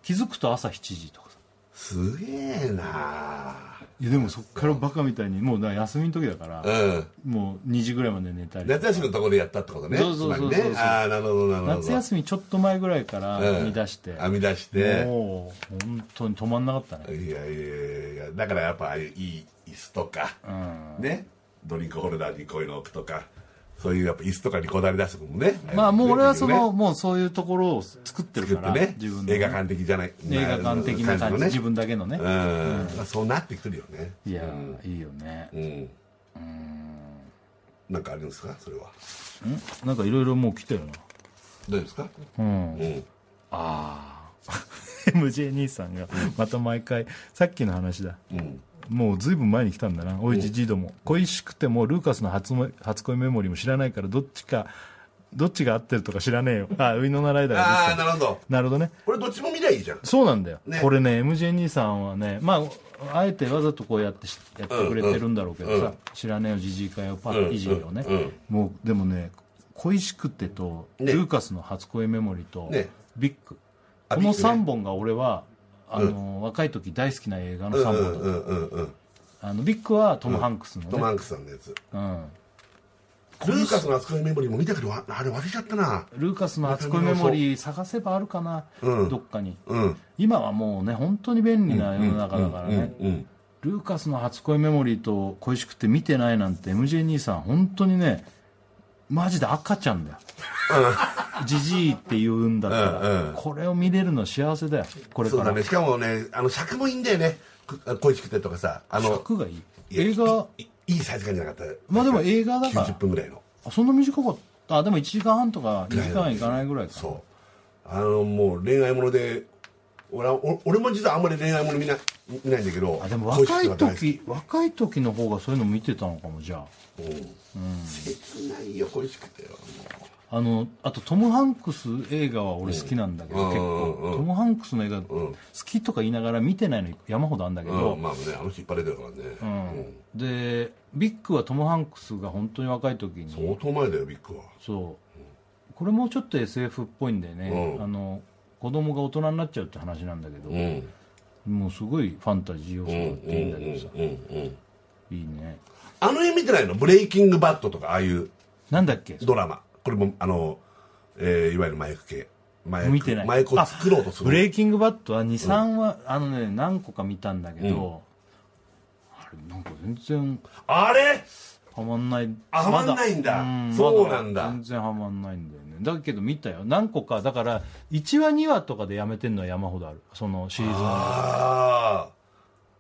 A: 気づくと朝7時とかさ
B: すげえない
A: やでもそっからバカみたいにもうだから休みの時だから、
B: うん
A: もう2時ぐらいまで寝たりとか
B: 夏休みのところでやったってことね
A: そうそうそうそう
B: つまりねああなるほどなるほど
A: 夏休みちょっと前ぐらいから
B: うん
A: 編み出して、
B: 編み出して
A: もう本当に止まんなかったね
B: いやいやいやだからやっぱああいういい椅子とか、ねドリンクホルダーにこういうの置くとかそういうやっぱ椅子とかにこだわり出すのもね
A: まあもう俺はその、
B: ね
A: もうそういうところを作ってる
B: 作っ
A: から、
B: てね
A: 自分の
B: 映画館的じゃない
A: 映画館的な感じ、自分だけのね
B: の、ねうん、まあ、そうなってくるよね
A: いやーいいよね
B: うん、なんかあるんですかそれは
A: んなんかいろいろもう来てる な
B: どうですか
A: うん
B: うん
A: ああ MJ 兄さんがまた毎回さっきの話だ
B: うん
A: もうずいぶん前に来たんだなおいじじいども恋しくてもルーカスの初も初恋メモリーも知らないからどっちかどっちが合ってるとか知らね えよあウイノナライダーが
B: あ
A: です
B: あなるほど
A: なるほどね
B: これどっちも見りゃいいじゃん
A: そうなんだよ、
B: ね
A: これね MJ 兄さんはねまああえてわざとこうやってしやってくれてるんだろうけどさ、知らねえよじじいかよパッいじりをね、
B: うんうん
A: もうでもね恋しくてと、
B: ね
A: ルーカスの初恋メモリと、
B: ね
A: ビッグ
B: あ
A: この
B: ビッグね
A: 3本が俺はあの、若い時大好きな映画の3
B: う
A: 本だ
B: ん
A: った、
B: うんうんうん
A: あのビッグはトム・ハンクスの
B: トム・
A: ね、
B: ハンクスさんのやつ
A: うん
B: ルーカスの扱いメモリーも見たけどわあれ忘れちゃったな
A: ルーカスの初恋メモリー探せばあるかな、
B: うん
A: どっかに
B: うん
A: 今はもうね本当に便利な世の中だからね、
B: うん
A: ルーカスの初恋メモリーと恋しくて見てないなんて MJ 兄さん本当にねマジで赤ちゃんだよジジイって言うんだったら、
B: うんうん
A: これを見れるの幸せだよこれ
B: そ
A: か
B: うだ
A: ら、
B: ねしかもねあの尺もいいんだよねく恋しくてとかさあの
A: 尺がいい
B: や
A: 映画
B: いいいサイズ感じゃなかった
A: まあでも映画だから
B: 90分ぐらいの
A: あそんな短かったあでも1時間半とか2時間いかないぐらいか
B: そうあのもう恋愛もので俺はお俺も実はあんまり恋愛もの見な見ないんだけど
A: あでも若い
B: 恋し
A: 時若い時の方がそういうの見てたのかもじゃ
B: くては大好きうん切ないよ恋しくてよも
A: ああのあとトム・ハンクス映画は俺好きなんだけど、
B: うん
A: 結
B: うんうん
A: 構
B: うん
A: トム・ハンクスの映画
B: ん
A: 好きとか言いながら見てないの山ほどあるんだけ
B: う
A: ど、
B: うんまあねあの人いっぱい出てるからねうん
A: でビッグはトム・ハンクスが本当に若い時にそう
B: 相当前だよビッグは
A: これもちょっと SF っぽいんだよね、
B: うん
A: あの子供が大人になっちゃうって話なんだけど、
B: うん
A: もうすごいファンタジー要素
B: う
A: が
B: んう
A: あっていいんだけどさ、
B: んうんうん
A: いいね
B: あの辺見てないのブレイキングバットとかああいう
A: なんだっけ
B: ドラマこれもあの、えーいわゆる麻薬系麻薬
A: 見てない
B: 麻薬を作ろうとする
A: ブレイキングバットは23は、あのね何個か見たんだけど、あれなんか全然
B: あれ
A: はまんない
B: あはまんないんだ
A: う
B: そうなんだ
A: ま全然はまんないんだよねだけど見たよ何個かだから1話2話とかでやめてんのは山ほどあるそのシリーズは
B: あ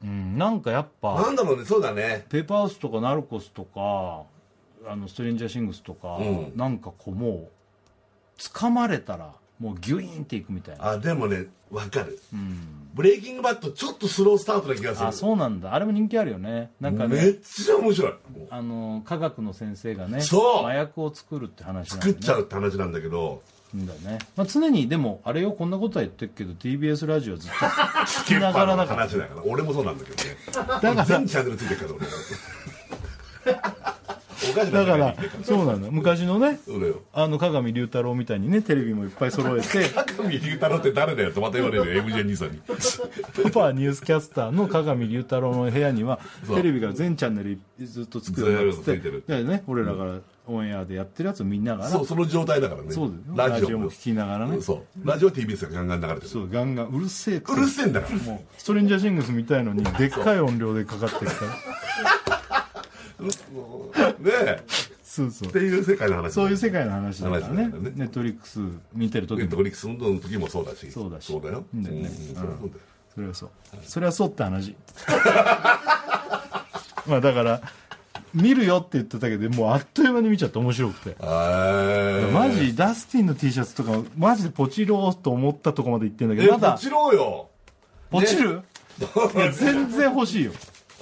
A: うんなんかやっ
B: あな
A: ぱ
B: んだろうねそうだね
A: ペーパーハウスとかナルコスとかあのストレンジャーシングスとか、
B: うん
A: なんかこうもう掴まれたらもうギュイーンっていくみたいな
B: あでもねわかる
A: うん
B: ブレイキングバットちょっとスロースタートな気がする
A: あそうなんだあれも人気あるよねなんかね
B: めっちゃ面白い
A: あの科学の先生がね
B: そう
A: 麻薬を作るって話なんだ
B: 作
A: よ
B: っ
A: ね
B: ちゃうって話なんだけど
A: うんだよね、まあ、常にでもあれよこんなことは言ってるけど TBS ラジオはずっと聞きながらだ
B: ケッパー
A: か
B: の話だから俺もそうなんだけどね
A: らだから
B: 全チャンネルついてるから俺おかし
A: だ
B: な世界
A: か
B: に
A: ら
B: 生きてるから
A: そうなの昔のね
B: そうだよ
A: あの鏡龍太郎みたいにねテレビもいっぱい揃え て
B: 高見龍太郎って誰だよってまた言われるよ MJ 兄さんに
A: パパはニュースキャスターの鏡龍太郎の部屋には
B: そう
A: テレビが全チャンネルずっとつくようになっ
B: ず
A: て
B: っとついて
A: でね俺らがオンエアでやってるやつを見ながら
B: そうその状態だからね
A: そうですよ
B: ラジ
A: ラジ
B: オ
A: オも
B: も
A: 聞きながらね
B: そうラジオは TBS がガンガン流れてる
A: そうガンガンうるせえ
B: うるせえんだ から
A: もうストレンジャーシングスみたいのにでっかい音量でかかってきた
B: ねえ
A: そうそう
B: っていう世界の話
A: そういう世界の話だからね
B: 話だからね
A: ネットリックス見てる時
B: ネット
A: も
B: フリックス運動の時もそうだし
A: そうだし
B: そうだよ、
A: うんね
B: うんそうだよ
A: それはそうそれはそうって話 まあだから見るよって言ってたけどもうあっという間に見ちゃって面白くて
B: あー
A: マジダスティンの T シャツとかマジでポチろうと思ったとこまで行ってんだけ
B: え
A: どまだ
B: ポチろうよ
A: ポチるいや全然欲しいよ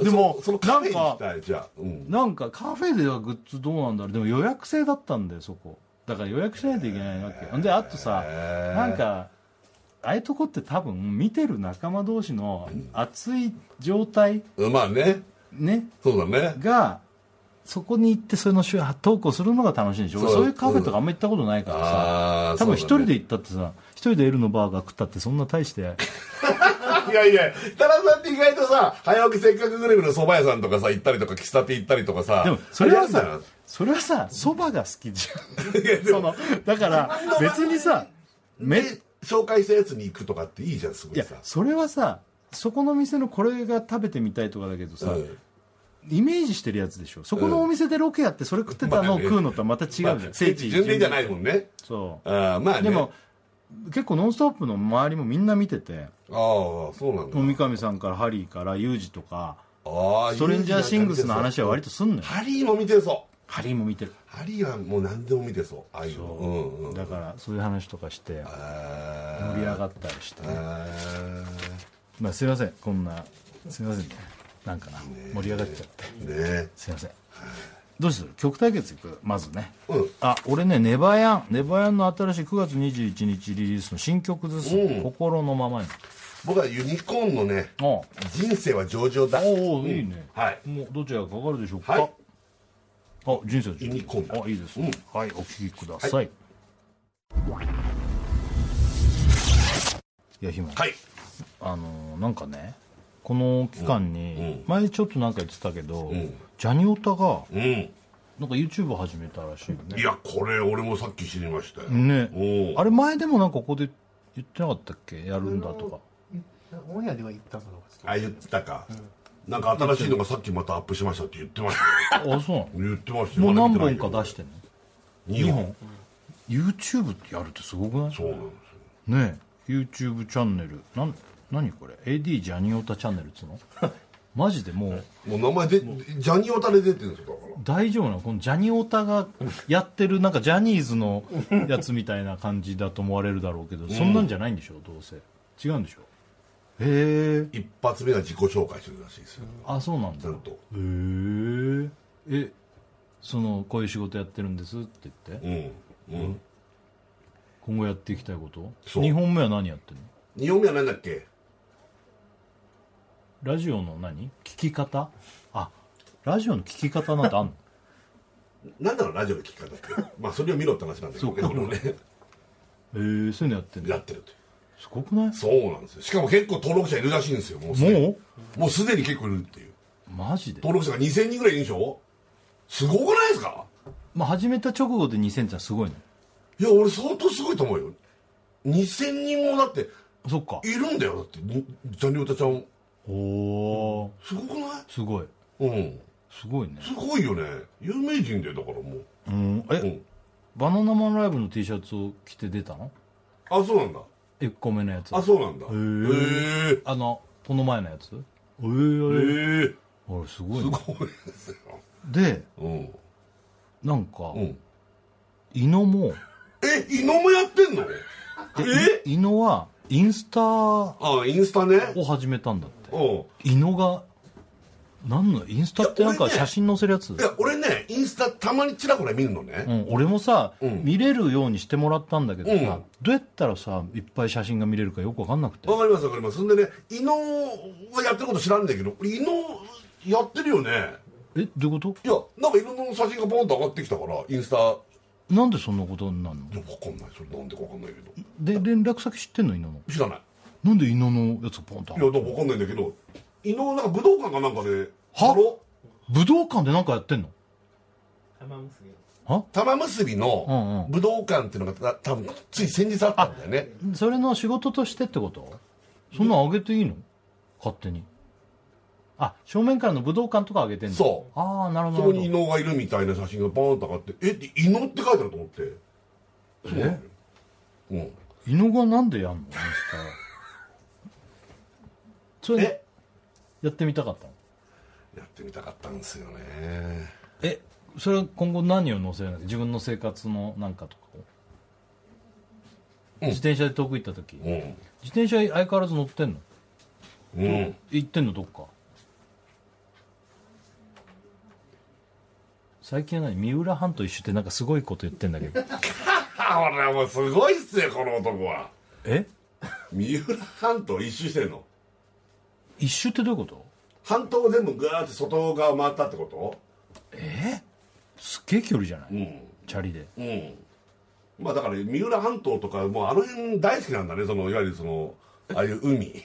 A: でも
B: そそのカフェに行きたいじゃあ、うん、
A: なんかカフェではグッズどうなんだろうでも予約制だったんだよそこだから予約しないといけないわけよであとさなんかああいうとこって多分見てる仲間同士の熱い状態
B: うんまあね
A: ね
B: そうだね
A: がそこに行ってその主トークをするのが楽しいんでしょ
B: そう
A: 俺そういうカフェとかあんま行ったことないから
B: うんあ
A: さ
B: ー
A: 多分一
B: そうだね
A: 人で行ったってさ一人で L のバーガー食ったってそんな 大して
B: いやいや田中さんって意外とさ早起きせっかくグルメの蕎麦屋さんとかさ行ったりとか喫茶店行ったりとかさ
A: でもそれは
B: あや
A: さ
B: って
A: それはさそばが好きじゃん
B: たらいやで
A: そ
B: も
A: のだから別にさめ
B: で紹介したやつに行くとかっていいじゃんすご
A: い
B: い
A: や
B: さ
A: それはさそこの店のこれが食べてみたいとかだけどさ、
B: うん
A: イメージしてるやつでしょそこのお店でロケやってそれ食ってたのを食うのとはまた違うじゃん、
B: まあ聖地巡礼じゃないもんね
A: そ
B: あーまあ
A: う
B: ね
A: でも、結構「ノンストップ!」の周りもみんな見てて
B: ああそうなんだ
A: 三上さんからハリーからユージとか
B: ああ
A: ストレンジャーシングスの話は割とすんのよ
B: ハリーも見てそう
A: ハリーも見てる
B: ハリーはもう何でも見てそうああいうのうんうん
A: だからそういう話とかして
B: あ
A: 盛り上がったりして、
B: ーあ
A: まあ、すいませんこんなすいませんねなんか盛り上がっちゃって
B: ーね
A: すいませんどうする曲対決いくまずね、
B: うん
A: あ俺ね「ネバヤン」「ネバヤン」の新しい9月21日リリースの新曲です、
B: うん
A: 心のままに
B: 僕はユニコーンのね
A: あお
B: 人生は上々だ
A: おういいね、
B: はい
A: もうどちらがかかるでしょうか、
B: はい
A: あ人生の
B: ユニコーン
A: あいいです、
B: うん
A: はいお聴きください、い、やひも、
B: はい
A: あのーなんかねこの期間に、
B: うんうん
A: 前ちょっとなんか言ってたけど、
B: ん
A: ジャニオタが
B: うん
A: なんか YouTube を始めたらしいよね
B: いやこれ俺もさっき知りましたよ
A: ね
B: おう
A: あれ前でもなんかここで言ってなかったっけやるんだとか
C: オンエアでは言ったのかちょっ
B: あ言ってたかなんか新しいのがさっきまたアップしましたって言ってましたよ
A: あそうな
B: 言ってました
A: の
B: よ
A: もう
B: まだ
A: 何
B: 見
A: 本
B: な
A: か
B: い
A: 出してんの
B: けど
A: 2
B: 2
A: 本 YouTube ってやるってすごくない
B: そうなんですよ
A: ねえ YouTube チャンネルなん何これ AD ジャニオタチャンネルっつうの マジでもう
B: もう名前でジャニオタで出てるんですよだから
A: 大丈夫なのこのジャニオタがやってるなんかジャニーズのやつみたいな感じだと思われるだろうけど、そんなんじゃないんでしょどうせ違うんでしょへえ
B: 一発目が自己紹介するらしいですよ
A: あそうなん
B: ち
A: だ
B: ゃんと
A: へええそのこういう仕事やってるんですって言って
B: うんうん
A: 今後やっていきたいこと
B: そう
A: 2本目は何やってるの
B: 2本目は何だっけ
A: ラジオの何聞き方あラジオの聞き方なんてあ んの
B: なんだろうラジオの聞き方って まあそれを見ろって話なんだけどね
A: そうか
B: 俺もね
A: えー、そういうのやってん
B: や
A: だ
B: ってるという
A: すごくない
B: そうなんですよしかも結構登録者いるらしいんですよもうすでに
A: もう
B: もうすでに結構いるっていう
A: マジで、
B: 登録者が2000人ぐらいいるんでしょすごくないですか
A: まあ、始めた直後で2000ってすごいね
B: いや俺相当すごいと思うよ2000人もだって
A: そっか
B: いるんだよだってにジャニオタちゃん
A: おお
B: すごくな
A: すごい
B: いうん
A: すごいね
B: すごいよね有名人だよだからもう
A: うんえ、
B: うん
A: バナナマンライブの T シャツを着て出たの
B: あそうなんだ
A: ?1 個目のやつ
B: あそうなんだへ
A: へ
B: え
A: あのこの前のやつええ
B: へえ
A: あれすごい
B: す
A: ね
B: ごいですよ
A: で
B: うん
A: なんか、
B: うん
A: イノも
B: え伊野もやってんのえ
A: イノはインスタを
B: あインスタね
A: 始めたんだって
B: うん
A: イノが何のインスタってなんか
B: いや俺ね
A: 写真載せるやつ
B: いや俺ねインスタたまにちらほら見るのね
A: うん、俺もさ、
B: ん
A: 見れるようにしてもらったんだけどさ、
B: うん
A: どうやったらさいっぱい写真が見れるかよく分かんなくて
B: わかりますわかりますんでね伊野はやってること知らんだけど俺伊野やってるよね
A: えどういうこと
B: いやなんかいろんな写真がボーンと上がってきたからインスタいやわ
A: なんでそんなことになるの
B: かんないそれなんでかわかんないけど
A: で連絡先知ってんの犬の
B: 知らない
A: なんで犬のやつがポンと
B: いやだからわかんないんだけど伊能なんか武道館かなんかで
A: は
B: あの
A: 武道館でなんかやってんの
C: 玉結び
B: 玉結び
A: うんう
B: の
A: ん
B: 武道館っていうのがた多分つい先日あったんだよね
A: それの仕事としてってことそんなんあげていいの勝手にあ正面からの武道館とかあげてんの
B: そう
A: ああなるほ
B: そ
A: ど
B: こ
A: な
B: に伊
A: るほ
B: 能がいるみたいな写真がバーンと上がってえっ伊能って書いてあると思ってそうなのようん
A: ど犬がなんでやんのインスタそれ
B: え
A: やってみたかったの
B: やってみたかったんですよね
A: えそれは今後何を載せるんですか自分の生活のなんかとかを、
B: うん
A: 自転車で遠く行った時、
B: う
A: 自
B: ん
A: 転車相変わらず乗ってんの
B: うん
A: 行ってんのどっか最近は何三浦半島一周ってなんかすごいこと言ってんだけ ど
B: あほらもうすごいっすよこの男は
A: え
B: 三浦半島一周してんの
A: 一周ってどういうこと
B: 半島を全部ぐーって外側回ったってこ
A: すっげえ距離じゃない、
B: とうん
A: チャリで
B: うんまあだから三浦半島とかもうあの辺大好きなんだねそのいわゆるそのああいう海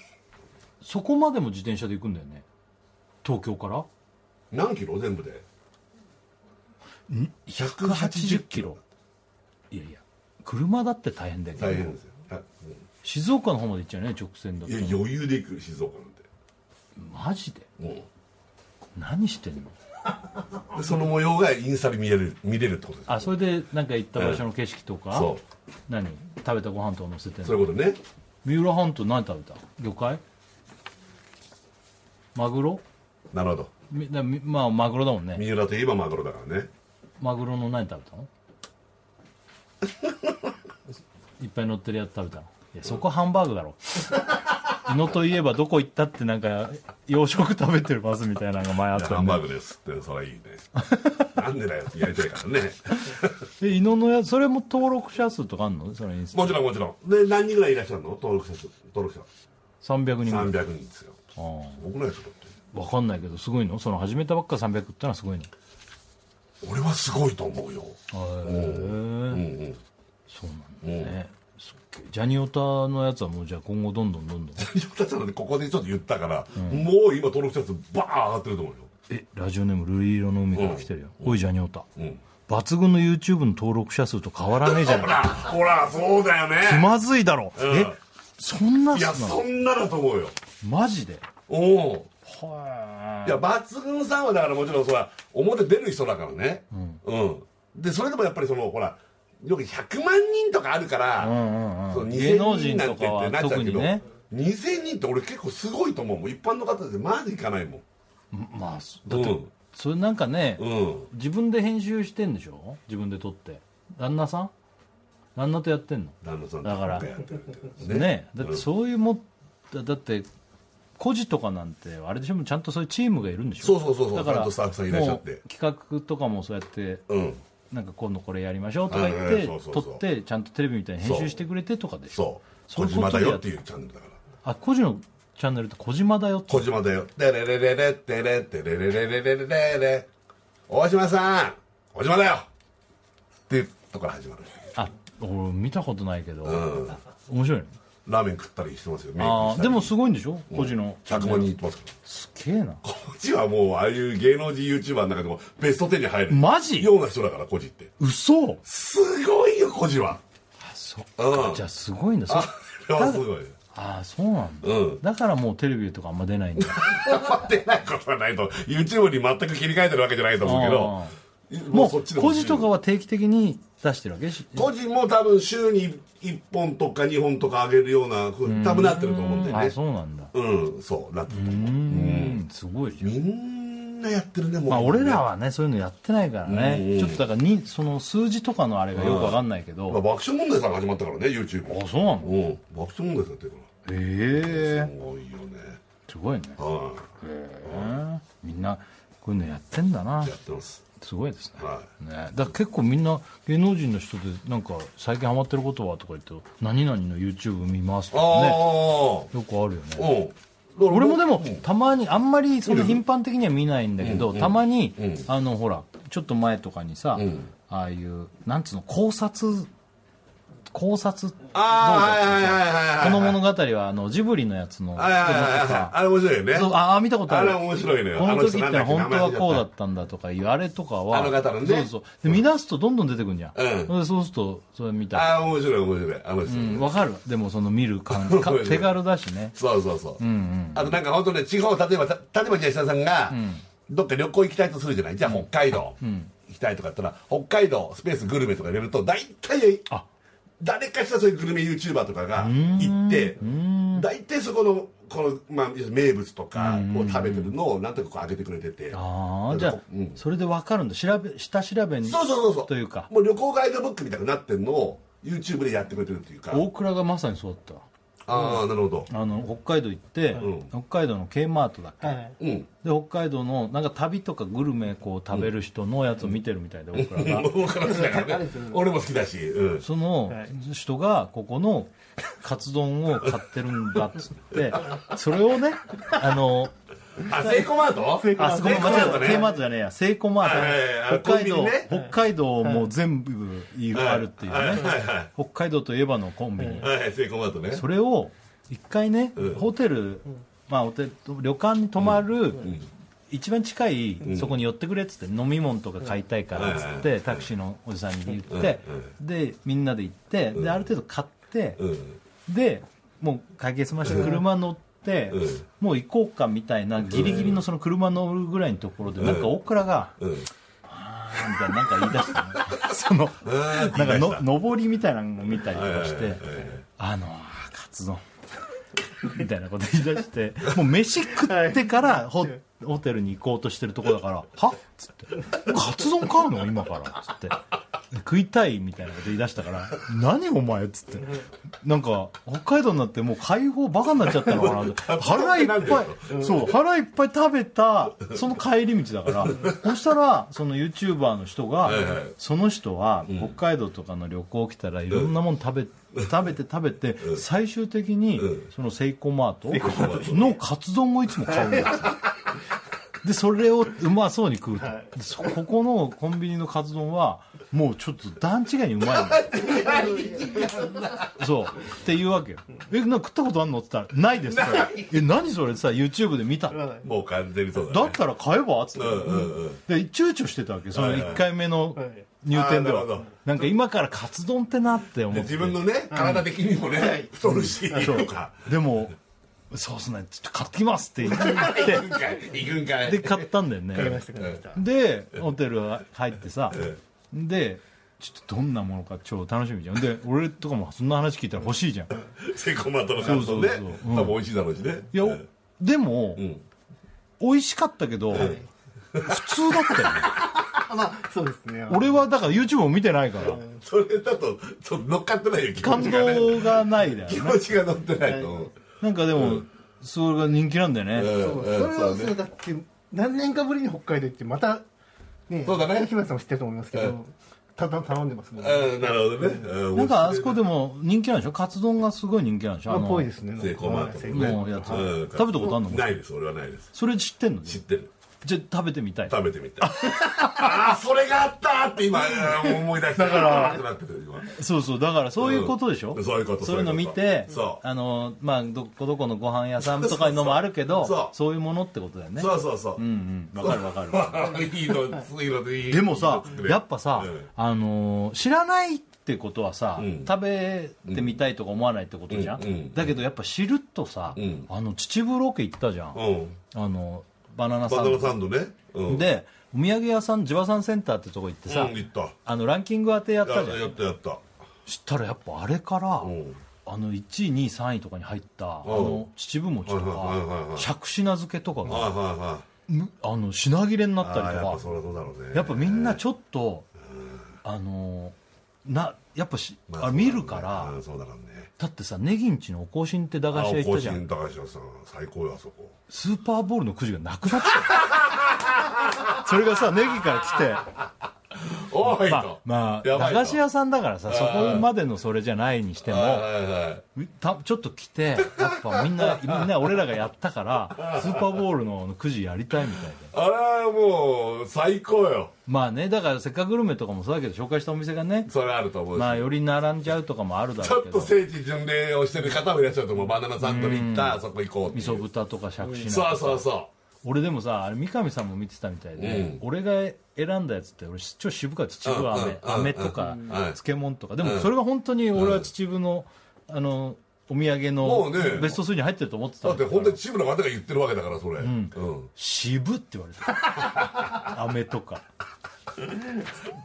A: そこまでも自転車で行くんだよね東京から
B: 何キロ全部で
A: 180キロいやいや車だって大変だけど
B: 大変ですよ、は
A: 静岡の方まで行っちゃうね直線だ
B: い
A: と
B: うんいや余裕で行く静岡な
A: マジで
B: んて、
A: 何してんの
B: うん、でその模様がインスタで見れる見れるってことですよ
A: あそれでなんか行った場所の景色とか、
B: そ
A: 何食べたご飯とか載せてん
B: う
A: の
B: そういうことね
A: 三浦半島何食べた魚介マグロ
B: なるほど
A: みだみまあマグロだもんね
B: 三浦といえばマグロだからね
A: マグロの何食べたの いっぱい乗ってるやつ食べたのいやそこハンバーグ だろ伊野といえばどこ行ったってなんか洋食食べてるバスみたいなのが前あった
B: ハ
A: ん
B: ン
A: で
B: バーグですってそれいいねなんでだよやりたいからね
A: え伊野のやつそれも登録者数とかあんのそれインスタ
B: もちろんもちろんで何人ぐらいいらっしゃるの登録者数登録者
A: 300人ぐらい
B: 300人ですよ
A: ああ
B: 僕ないですよだって
A: 分かんないけどすごいのその始めたばっか300ってのはすごいの
B: 俺はすごいと思うよ
A: へえ
B: うんうん
A: そうなんだねすっげえジャニオタのやつはもうじゃあ今後どんどんどんどん
B: ジョタちゃんでここでちょっと言ったから、もう今登録者数バーン上がってると思
A: えラジオネームルリ色の海から来てるよ、おいジャニオタ、
B: うよ、うん、
A: 抜群の YouTube の登録者数と変わらねえじゃ
B: ほ
A: な
B: ら
A: い
B: ほらそうだよ
A: 気
B: ね
A: まずいだろ、
B: ん
A: えそんない
B: や
A: すな
B: そ
A: の
B: んなだと思うよ
A: マジで
B: おお
A: はい
B: や抜群さんはだからもちろんそら表出る人だからねうん、でそれでもやっぱりそのほらよく100万人とかあるから、
A: うんうん
B: そうの
A: ん芸能
B: 2000
A: 人
B: 人なん
A: と
B: て
A: か
B: ってな
A: は
B: っちゃ
A: 特
B: うけ
A: に
B: ど、
A: ね
B: 2000人って俺結構すごいと思うもう一般の方でまずいかないもん
A: まあだって、
B: うん
A: それなんかね、
B: うん
A: 自分で編集してんでしょ自分で撮って旦那さん旦那とやってんの
B: 旦那さん
A: だから
B: とやってるけど
A: ねだってそういうもんだだって個人とかなんてあれでしょもうちゃんとそういうチームがいるんでしょ
B: そうそうそうそう
A: だか
B: ちゃん
A: ら
B: とスタッフさんいらっしゃって
A: もう企画とかもそうやって
B: うん
A: なんか今度これやりましょうとか言っ
B: うんうん
A: て
B: そうそうそ
A: 撮
B: う
A: ってちゃんとテレビみたいに編集してくれてとかでしょ
B: そう
A: そうい
B: 小
A: うこ
B: 島
A: と
B: だ
A: でや
B: よ
A: っ
B: っていうチャンネルだから
A: あ個人のチャンネルって小島だよって
B: 小島だよでれれれれってれってれれれれれれれれ大島さん小島だよってとこから始まる
A: あ俺見たことないけど、
B: うん
A: 面白いの
B: ラーメン食ったりしてますよメイク
A: あー
B: したり
A: でもすごいんでしょ個人の
B: 100万人いってますから
A: すげえな
B: コジはもうああいう芸能人 YouTuber の中でもベスト10に入る
A: マジ
B: ような人だからコジって
A: 嘘
B: すごいよコジは
A: あそっ
B: うん
A: じゃあすごいんだそ
B: あれはすごい
A: ああそうなんだ、
B: うん
A: だからもうテレビとかあんま出ないんだ
B: 待ってないことはないと YouTube に全く切り替えてるわけじゃないと思
A: あ
B: うけど
A: もう
B: そっちの方
A: 個人とかは定期的に出してるわけし
B: 個人も多分週に1本とか2本とか上げるような多分なってると思うんだよ
A: あ
B: ね
A: そうなんだ
B: うんそうなってると
A: う
B: 思うん
A: すごいじゃん
B: みんなやってるねもう
A: まあ俺らはねそういうのやってないからねちょっとだからにその数字とかのあれがよくわかんないけ
B: まあ
A: ど
B: 爆笑問題さんが始まったからね YouTube
A: あそうなの
B: うん爆笑問題さんやってるか
A: へ
B: らすごいよね
A: えすごいね
B: は
A: うんみんなこういうのやってんだない
B: やってます
A: すごいですね
B: は
A: ね、だから結構みんな芸能人の人でなんか最近ハマってることはとか言って何々の YouTube 見ますと
B: いあ
A: かね
B: あ
A: よくあるよね
B: うんから
A: 俺もでも
B: うん
A: たまにあんまりその頻繁的には見ないんだけど、
B: うん
A: たまに、
B: うん
A: あのほらちょっと前とかにさ、
B: うん
A: ああいうなんつうの考察考察動
B: ああ
A: 画
B: はいはいはいはいはい
A: この物語はあのジブリのやつの
B: はいはいはいはいあれ面白いよね
A: そうああ見たことあ
B: あれ
A: る
B: 面白いね
A: この時って
B: なんだっけ
A: 本当はこうだ
B: 名前忘れちゃ
A: ったんだとかいうあれとかは
B: あの方のね
A: そうそうで見出すとどんどん出てくるんじゃん、
B: う
A: でそうするとそれ見た
B: た
A: ら
B: ああ面白い面白いあの人、
A: うんわかるでもその見る感 じか手軽だしね
B: そうそうそ
A: う
B: う、
A: んうん
B: あとなんか本当ね地方例えばた例えばじゃあ石田さんが、どっか旅行行きたいとするじゃないじゃあ北海道、行きたいとか言ったら北海道スペースグルメとか入れると大体
A: あ
B: 誰かしらそういうグルメ YouTuber とかが行って大体そこのこの、まあ、名物とかを食べてるのをなんとかこう上げてくれてて
A: ああじゃあ、
B: うん
A: それでわかるんだ調べ下調べに
B: そうそうそうそう
A: というか
B: もう旅行ガイドブックみたいになってるのを YouTube でやってくれてるっていうか
A: 大倉がまさにそうだっ
B: ああなるほど
A: たあの北海道行って、
B: うん
A: 北海道の K マートだっけ、
C: はい。
B: うん
A: で北海道のなんか旅とかグルメこう食べる人のやつを見てるみたいで、大倉が
B: 僕も好きだからね俺も好きだしうん
A: その
C: はい
A: 人がここのカツ丼を買ってるんだっつってそれをねあの
B: あセイコマートセイ
A: あそこも間違えた K マー
B: ト
A: トじゃねえやセイコマ
B: はいはいはいあ
A: ー
B: の
A: ト北海道
B: コンビニね
A: 北海道も全部い
B: はい
A: あるっていう
B: はいは
A: ね
B: いは
A: 北海道といえばのコンビニ
B: いはいセイコマートね
A: それを一回ね
B: うん
A: ホテルまあホテル旅館に泊まる一番近いそこに寄ってくれっつって飲み物とか買いたいからっつっ
B: うん
A: てタクシーのおじさんに言って
B: う
A: でみんなで行ってである程度買って
B: うん
A: でもう会計済まして車乗って、
B: うん
A: もう行こうかみたいなギリギリのその車乗るぐらいのところで、なんか大倉が
B: うん
A: 「みたいななんか言い出してね、そ の
B: なん
A: なんかの上りみたいなのを見たりとかして「あのーカツ丼」 みたいなこと言い出してもう飯食ってからホホテルに行こうとしてるとこだから「はっ?」つって「カツ丼買うの今から」つって「食いたい」みたいなこと言い出したから「何お前」っつってなんか北海道になってもう解放バカになっちゃったのかなって腹いっぱいそう腹いっぱい食べたその帰り道だから そしたらその YouTuber の人が
B: いはい
A: その人は北海道とかの旅行来たらいろんなもの食べ,、食べて食べて最終的にそのセイコーマートのカツ丼をいつも買うんです よでそれをうまそうに食うと、でそここのコンビニのカツ丼はもうちょっと段違いにうまいん だよそうっていうわけよ「えなんか食ったことあんの?」って言ったら「ないです」って言ったらえ何それ?」ってさ YouTube で見ただ
C: はい。
B: もう完全にそうだね
A: ったら買えばっつって、
B: うんうんうん
A: で躊躇してたわけその1回目の
C: はい
A: 入店で
B: あーなるほど
A: はなんか今からカツ丼ってなって思
B: で
A: って
B: 自分のね体的にもね太るし
A: そう
B: とか
A: でもそうっすねちょっと買ってきますって言っ
B: 行くんかい行くんか
A: てで
B: い
A: 買ったんだよね
C: わかりました、わかりました。
A: でホテル入ってさでちょっとどんなものか超楽しみじゃんで俺とかもそんな話聞いたら欲しいじゃんい
B: セイコーマートの感想ね
A: そうそうそううん
B: 多分美味しいだろうしね
A: や
B: うん
A: でも、
B: ん
A: 美味しかったけど、普通だったよね
C: あ、まあ、そうですね。
A: 俺はだから YouTube も見てない から
B: それだとちょっと乗っかってないよ気持
A: 感
B: ちがね
A: 動がないだよ
B: 気
A: ね
B: 持ちが乗ってないと
A: なんかでも、それが人気なんだよね、
B: うん
C: そう、
B: うん
C: それは
B: そ
C: そううだって、何年かぶりに北海道行って、また、ね、
B: そうだね
C: 日村さんも知ってると思いますけ
B: うん
C: ど、ただ頼んでますもんね。
B: うんなるほどねうん
A: なんかあそこでも人気なんでしょカツ丼がすごい人気なんでしょ
C: ま
A: あ
C: あ、ぽい
A: の
C: ですね。
B: セイコーマート
C: はい
B: ね
A: のやつ
B: うん
A: 食べたことあんの
B: ないです俺はないです
A: それ知ってんの
B: 知ってる
A: じゃあ食べてみたい
B: 食べて みたいああそれがあったって今うん思い出しただからなってる今
A: そうそうだからそういうことでしょ、
B: うんそういうこと
A: そういうの見て
B: そう
A: あのまあどこどこのご飯屋さんとかいうのもあるけど
B: そうそう
A: そういうものってことだよね
B: そうそうそう
A: うんうんわかるわかるわか
B: いいのいいのでいい
A: るでもさやっぱさ、
B: うん
A: あのー知らないってことはさ、
B: うん
A: 食べてみたいとか思わないってことじゃん、
B: うんうん
A: だけどやっぱ知るとさ、
B: うん
A: あの秩父ロケ行ったじゃん、
B: うん
A: あのバナナサ
B: バ
A: ン
B: ナ
A: ド
B: ナサンドねうん
A: でお土産屋さん地場産センターってとこ行って
B: うん
A: さ、
B: 行った
A: あのランキング当てやったじゃ
B: やや
A: ん
B: ったやった
A: 知ったらやっぱあれから、
B: うん
A: あの1位2位3位とかに入った、あの秩父餅と
B: はいはいはい
A: か
B: はい
A: しゃくしな漬けとかが、
B: はいはいはい
A: むあの品切れになったりと
B: あーやっぱ
A: か
B: そりゃそうだろうね
A: やっぱみんなちょっと、あのなやっぱし、
B: まあ
A: あ、見るから、
B: うんそうだからね
A: だってさネギんちのお更新って駄菓子屋行ったじゃん
B: 高橋さん最高よあそこ
A: スーパーボール のくじがなくなってたそれがさネギから来て
B: おおいと、
A: まあ、まあ、
B: やば
A: 駄
B: いと
A: 菓子屋さんだからさ、そこまでのそれじゃないにしても、
B: はいはいはい
A: たちょっと来て、やっぱみん な、みんな俺らがやったから、スーパーボールのくじやりたいみたいで。
B: あれはもう最高よ
A: まあね、だからせっかくグルメとかもそうだけど、紹介したお店がね、
B: それあると思うし、
A: まあより並んじゃうとかもあるだ
B: ち
A: ろ
B: ょ
A: う
B: っ
A: け
B: と
A: ど、
B: 聖地巡礼をしてる方もいらっしゃると思うバナナサンドに行ったあそこ行こうっていう
A: 味噌豚とかしゃくし菜と
B: そ
A: か
B: うそうそ
A: 俺でもさあれ三上さんも見てたみたいで、
B: うん
A: 俺が選んだやつって俺ちょっと渋かった秩父は
B: うんうん
A: 飴
B: うん
A: 飴とか
B: ん
A: 漬物とかでもそれが本当に俺は秩父のあのお土産の
B: もうね
A: ベスト3に入ってると思って
B: う
A: た
B: だって本当
A: だから
B: にチームの方が言ってるわけだからそれうん、
A: 渋って言われて た飴とか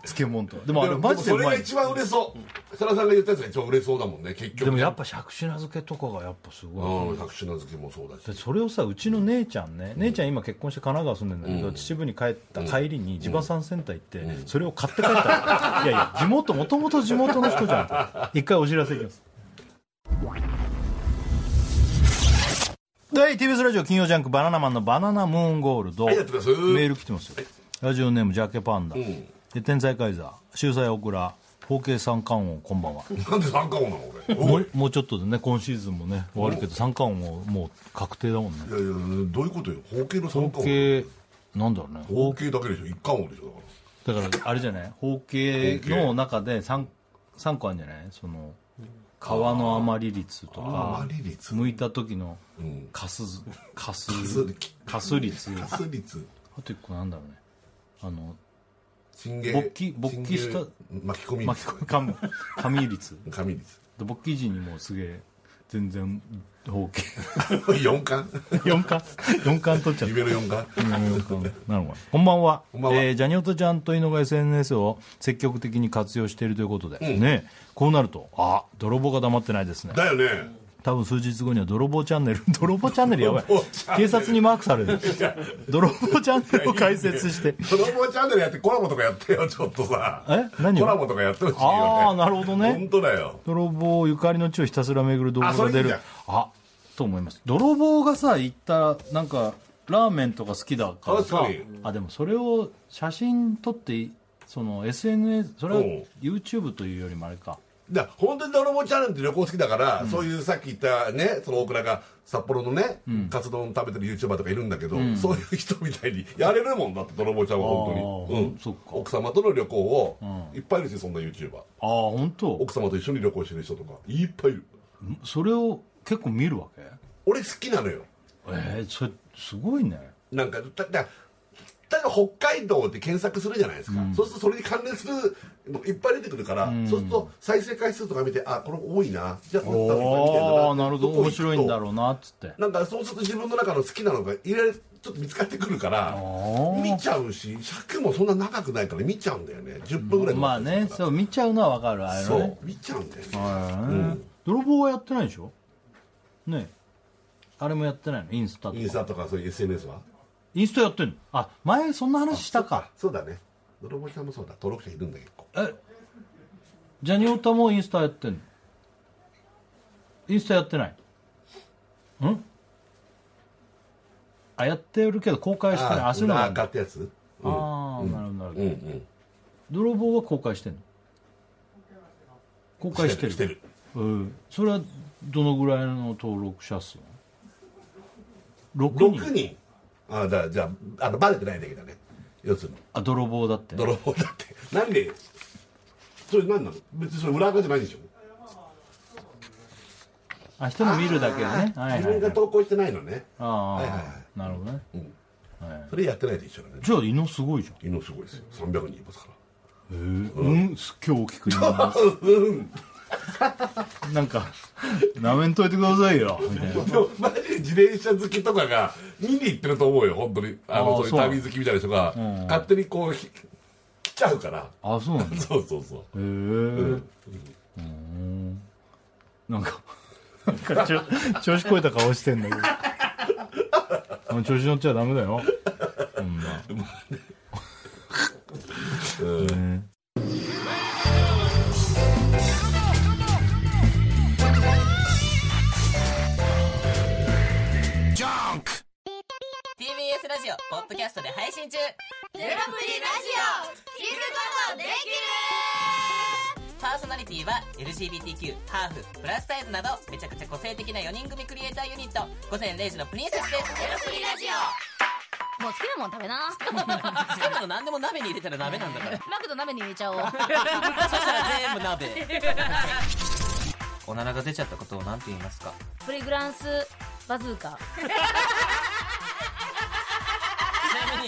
A: 漬物とかでもあれマジで
B: そうれ
A: ま
B: が
A: い
B: 一番売れそう設楽さんが言ったやつが一番売れそうだもんね結局
A: でもやっぱしゃくし菜漬けとかがやっぱすごい、
B: うん白酒の漬けもそうだ
A: で
B: し
A: それをさうちの姉ちゃんね、姉ちゃん今結婚して神奈川住んでんだけど、秩父に帰った帰りに地場産センター行って、それを買って 帰ったの、いやいや地元もともと地元の人じゃ ん一回お知らせいきますはい TBS ラジオ金曜ジャンク「バナナマンのバナナムーンゴールド」
B: はいやってください
A: メール来てますよ、ラジオネームジャケパンダ、
B: ん
A: で天才カイザー秀才オクラ包茎三冠王こんばんは
B: なんで三冠王なの
A: も
B: 俺おいう
A: もうちょっとでね今シーズンもね終わるけど三冠王ももう確定だもんね
B: いやいやどういうことよ包茎の三
A: 包
B: 冠
A: 茎なんだろうね
B: 王包茎だけでしょ一冠王でしょだか
A: だからあれじゃない包茎の中で 3, 三個あるんじゃないその皮の余り率と
B: ら
A: か
B: 余り率
A: 剥いた時の
B: うん
A: かすかす
B: す
A: かす率
B: かす率
A: あと一個なんだろうねあの
B: チンゲ
A: 勃起勃起した
B: 巻き込み
A: 巻き込み噛む紙率
B: み紙率
A: で勃起時にもうすげえ全然包茎
B: 四冠
A: 四冠四冠取っちゃった
B: 夢の四冠
A: なるほどこんばんは
B: こんばんは
A: えージャニオタちゃんと井野が SNS を積極的に活用しているということで、ねこうなるとあ泥棒が黙ってないですね
B: だよね
A: 多分数日後には泥棒チャンネル泥棒チャンネルやばい
B: 泥棒チャンネル
A: 警察にマークされる泥棒チャンネルを開設して
B: 子供チャンネルやってコラボとかやってよちょっとさ
A: え何
B: コラボとかやってほしいよね
A: ああなるほどね
B: 本当だよ
A: 泥棒ゆかりの地をひたすら巡る動画
B: あそ
A: が
B: れい
A: 出
B: いじ
A: る
B: ゃん
A: あと思います泥棒がさ行ったなんかラーメンとか好きだからさ
B: 確かに
A: あでもそれを写真撮ってその SNS それは
B: うん
A: YouTube というよりもあれか
B: だ本当に泥棒チャンネルって旅行好きだから、そういうさっき言ったねその大倉が札幌のね、カツ丼食べてる YouTuber とかいるんだけど、そういう人みたいにやれるもんだって泥棒ちゃんは本当
A: あ
B: に
A: ー、
B: うん、
A: そっか
B: 奥様との旅行を、
A: う
B: いっぱいいるしそんな YouTuber
A: ああ本当
B: 奥様と一緒に旅行してる人とかいっぱいいる
A: それを結構見るわけ
B: 俺好きなのよ
A: えー、それすごいね
B: なんかだだ例えば北海道って検索するじゃないですか、そうするとそれに関連するのいっぱい出てくるから、そうすると再生回数とか見てあこれ多いなじゃあこの人いっぱい見てんだ
A: ああなるほど
B: ここ行
A: 面
B: くと
A: 白いんだろうなっつって
B: なんかそうすると自分の中の好きなのがいろいろちょっと見つかってくるから
A: ー
B: 見ちゃうし尺もそんな長くないから見ちゃうんだよね10分ぐらい
A: まあねそう見ちゃうのはわかるあれ
B: そ
A: は
B: う
A: ね
B: 見ちゃうんだよ
A: へ
B: ね
A: ー泥棒はやってないでしょねえあれもやってないのインスタとか
B: インスタとかそういう SNS は
A: インスタやってんのあ前そんな話したか
B: そうだね泥棒ちゃんもそうだ登録者いるんだ結構
A: えジャニオタもインスタやってんのインスタやってないんあやってるけど公開してないあそういうのがあ
B: あ
A: るんだ
B: 買ったやつうんうん
A: あーなるほどなるほど、
B: うん
A: 泥棒は公開してんの公開してる
B: してる
A: うんそれはどのぐらいの登録者数なの6人
B: 6人あだじゃああのバレてないだけだね要するに
A: あ泥棒だって
B: 泥棒だって なんでそれ何なの別にそれ裏垢じゃないでしょ
A: あ人も見るだけでねはい
B: 自
A: はい、は
B: 分が
A: い、
B: 投稿してないのね
A: ああ、
B: はいはいは
A: なるほどね
B: それやってないで一緒だね
A: じゃあ犬すごいじゃん
B: 犬すごいですよ300人いますか
A: うん、すっげえ大きく言い ます。なんか、なめんといてくださいよ、みたいな。
B: らでもマジで自転車好きとかが見に行ってると思うよ本当にあの
A: あー
B: そういう
A: そう
B: 旅好きみたいな人が勝手にこうひ来ちゃうから
A: あ、そうなんだ。へ
B: そうそうそう
A: え。うん。なんか、なんかちょ調子こいた顔してんだけど。あの調子乗っちゃダメだよ。ほんま。
D: TBS ララジオ」ポッドキャストで配信中
E: ゼロプリラジオ聞くことできる
D: パーソナリティは LGBTQ ハーフプラスサイズなどめちゃくちゃ個性的な4人組クリエイターユニット「午前0時のプリンセス」です
E: ゼロプリラジオもう好きなもん食べな
D: 好きなの何でも鍋に入れたら鍋なんだから
E: マクド鍋に入れちゃ おう
D: そしたら全部鍋おならが出ちゃったことを何て言いますか
E: プリグランスバズー カ
D: ちなみ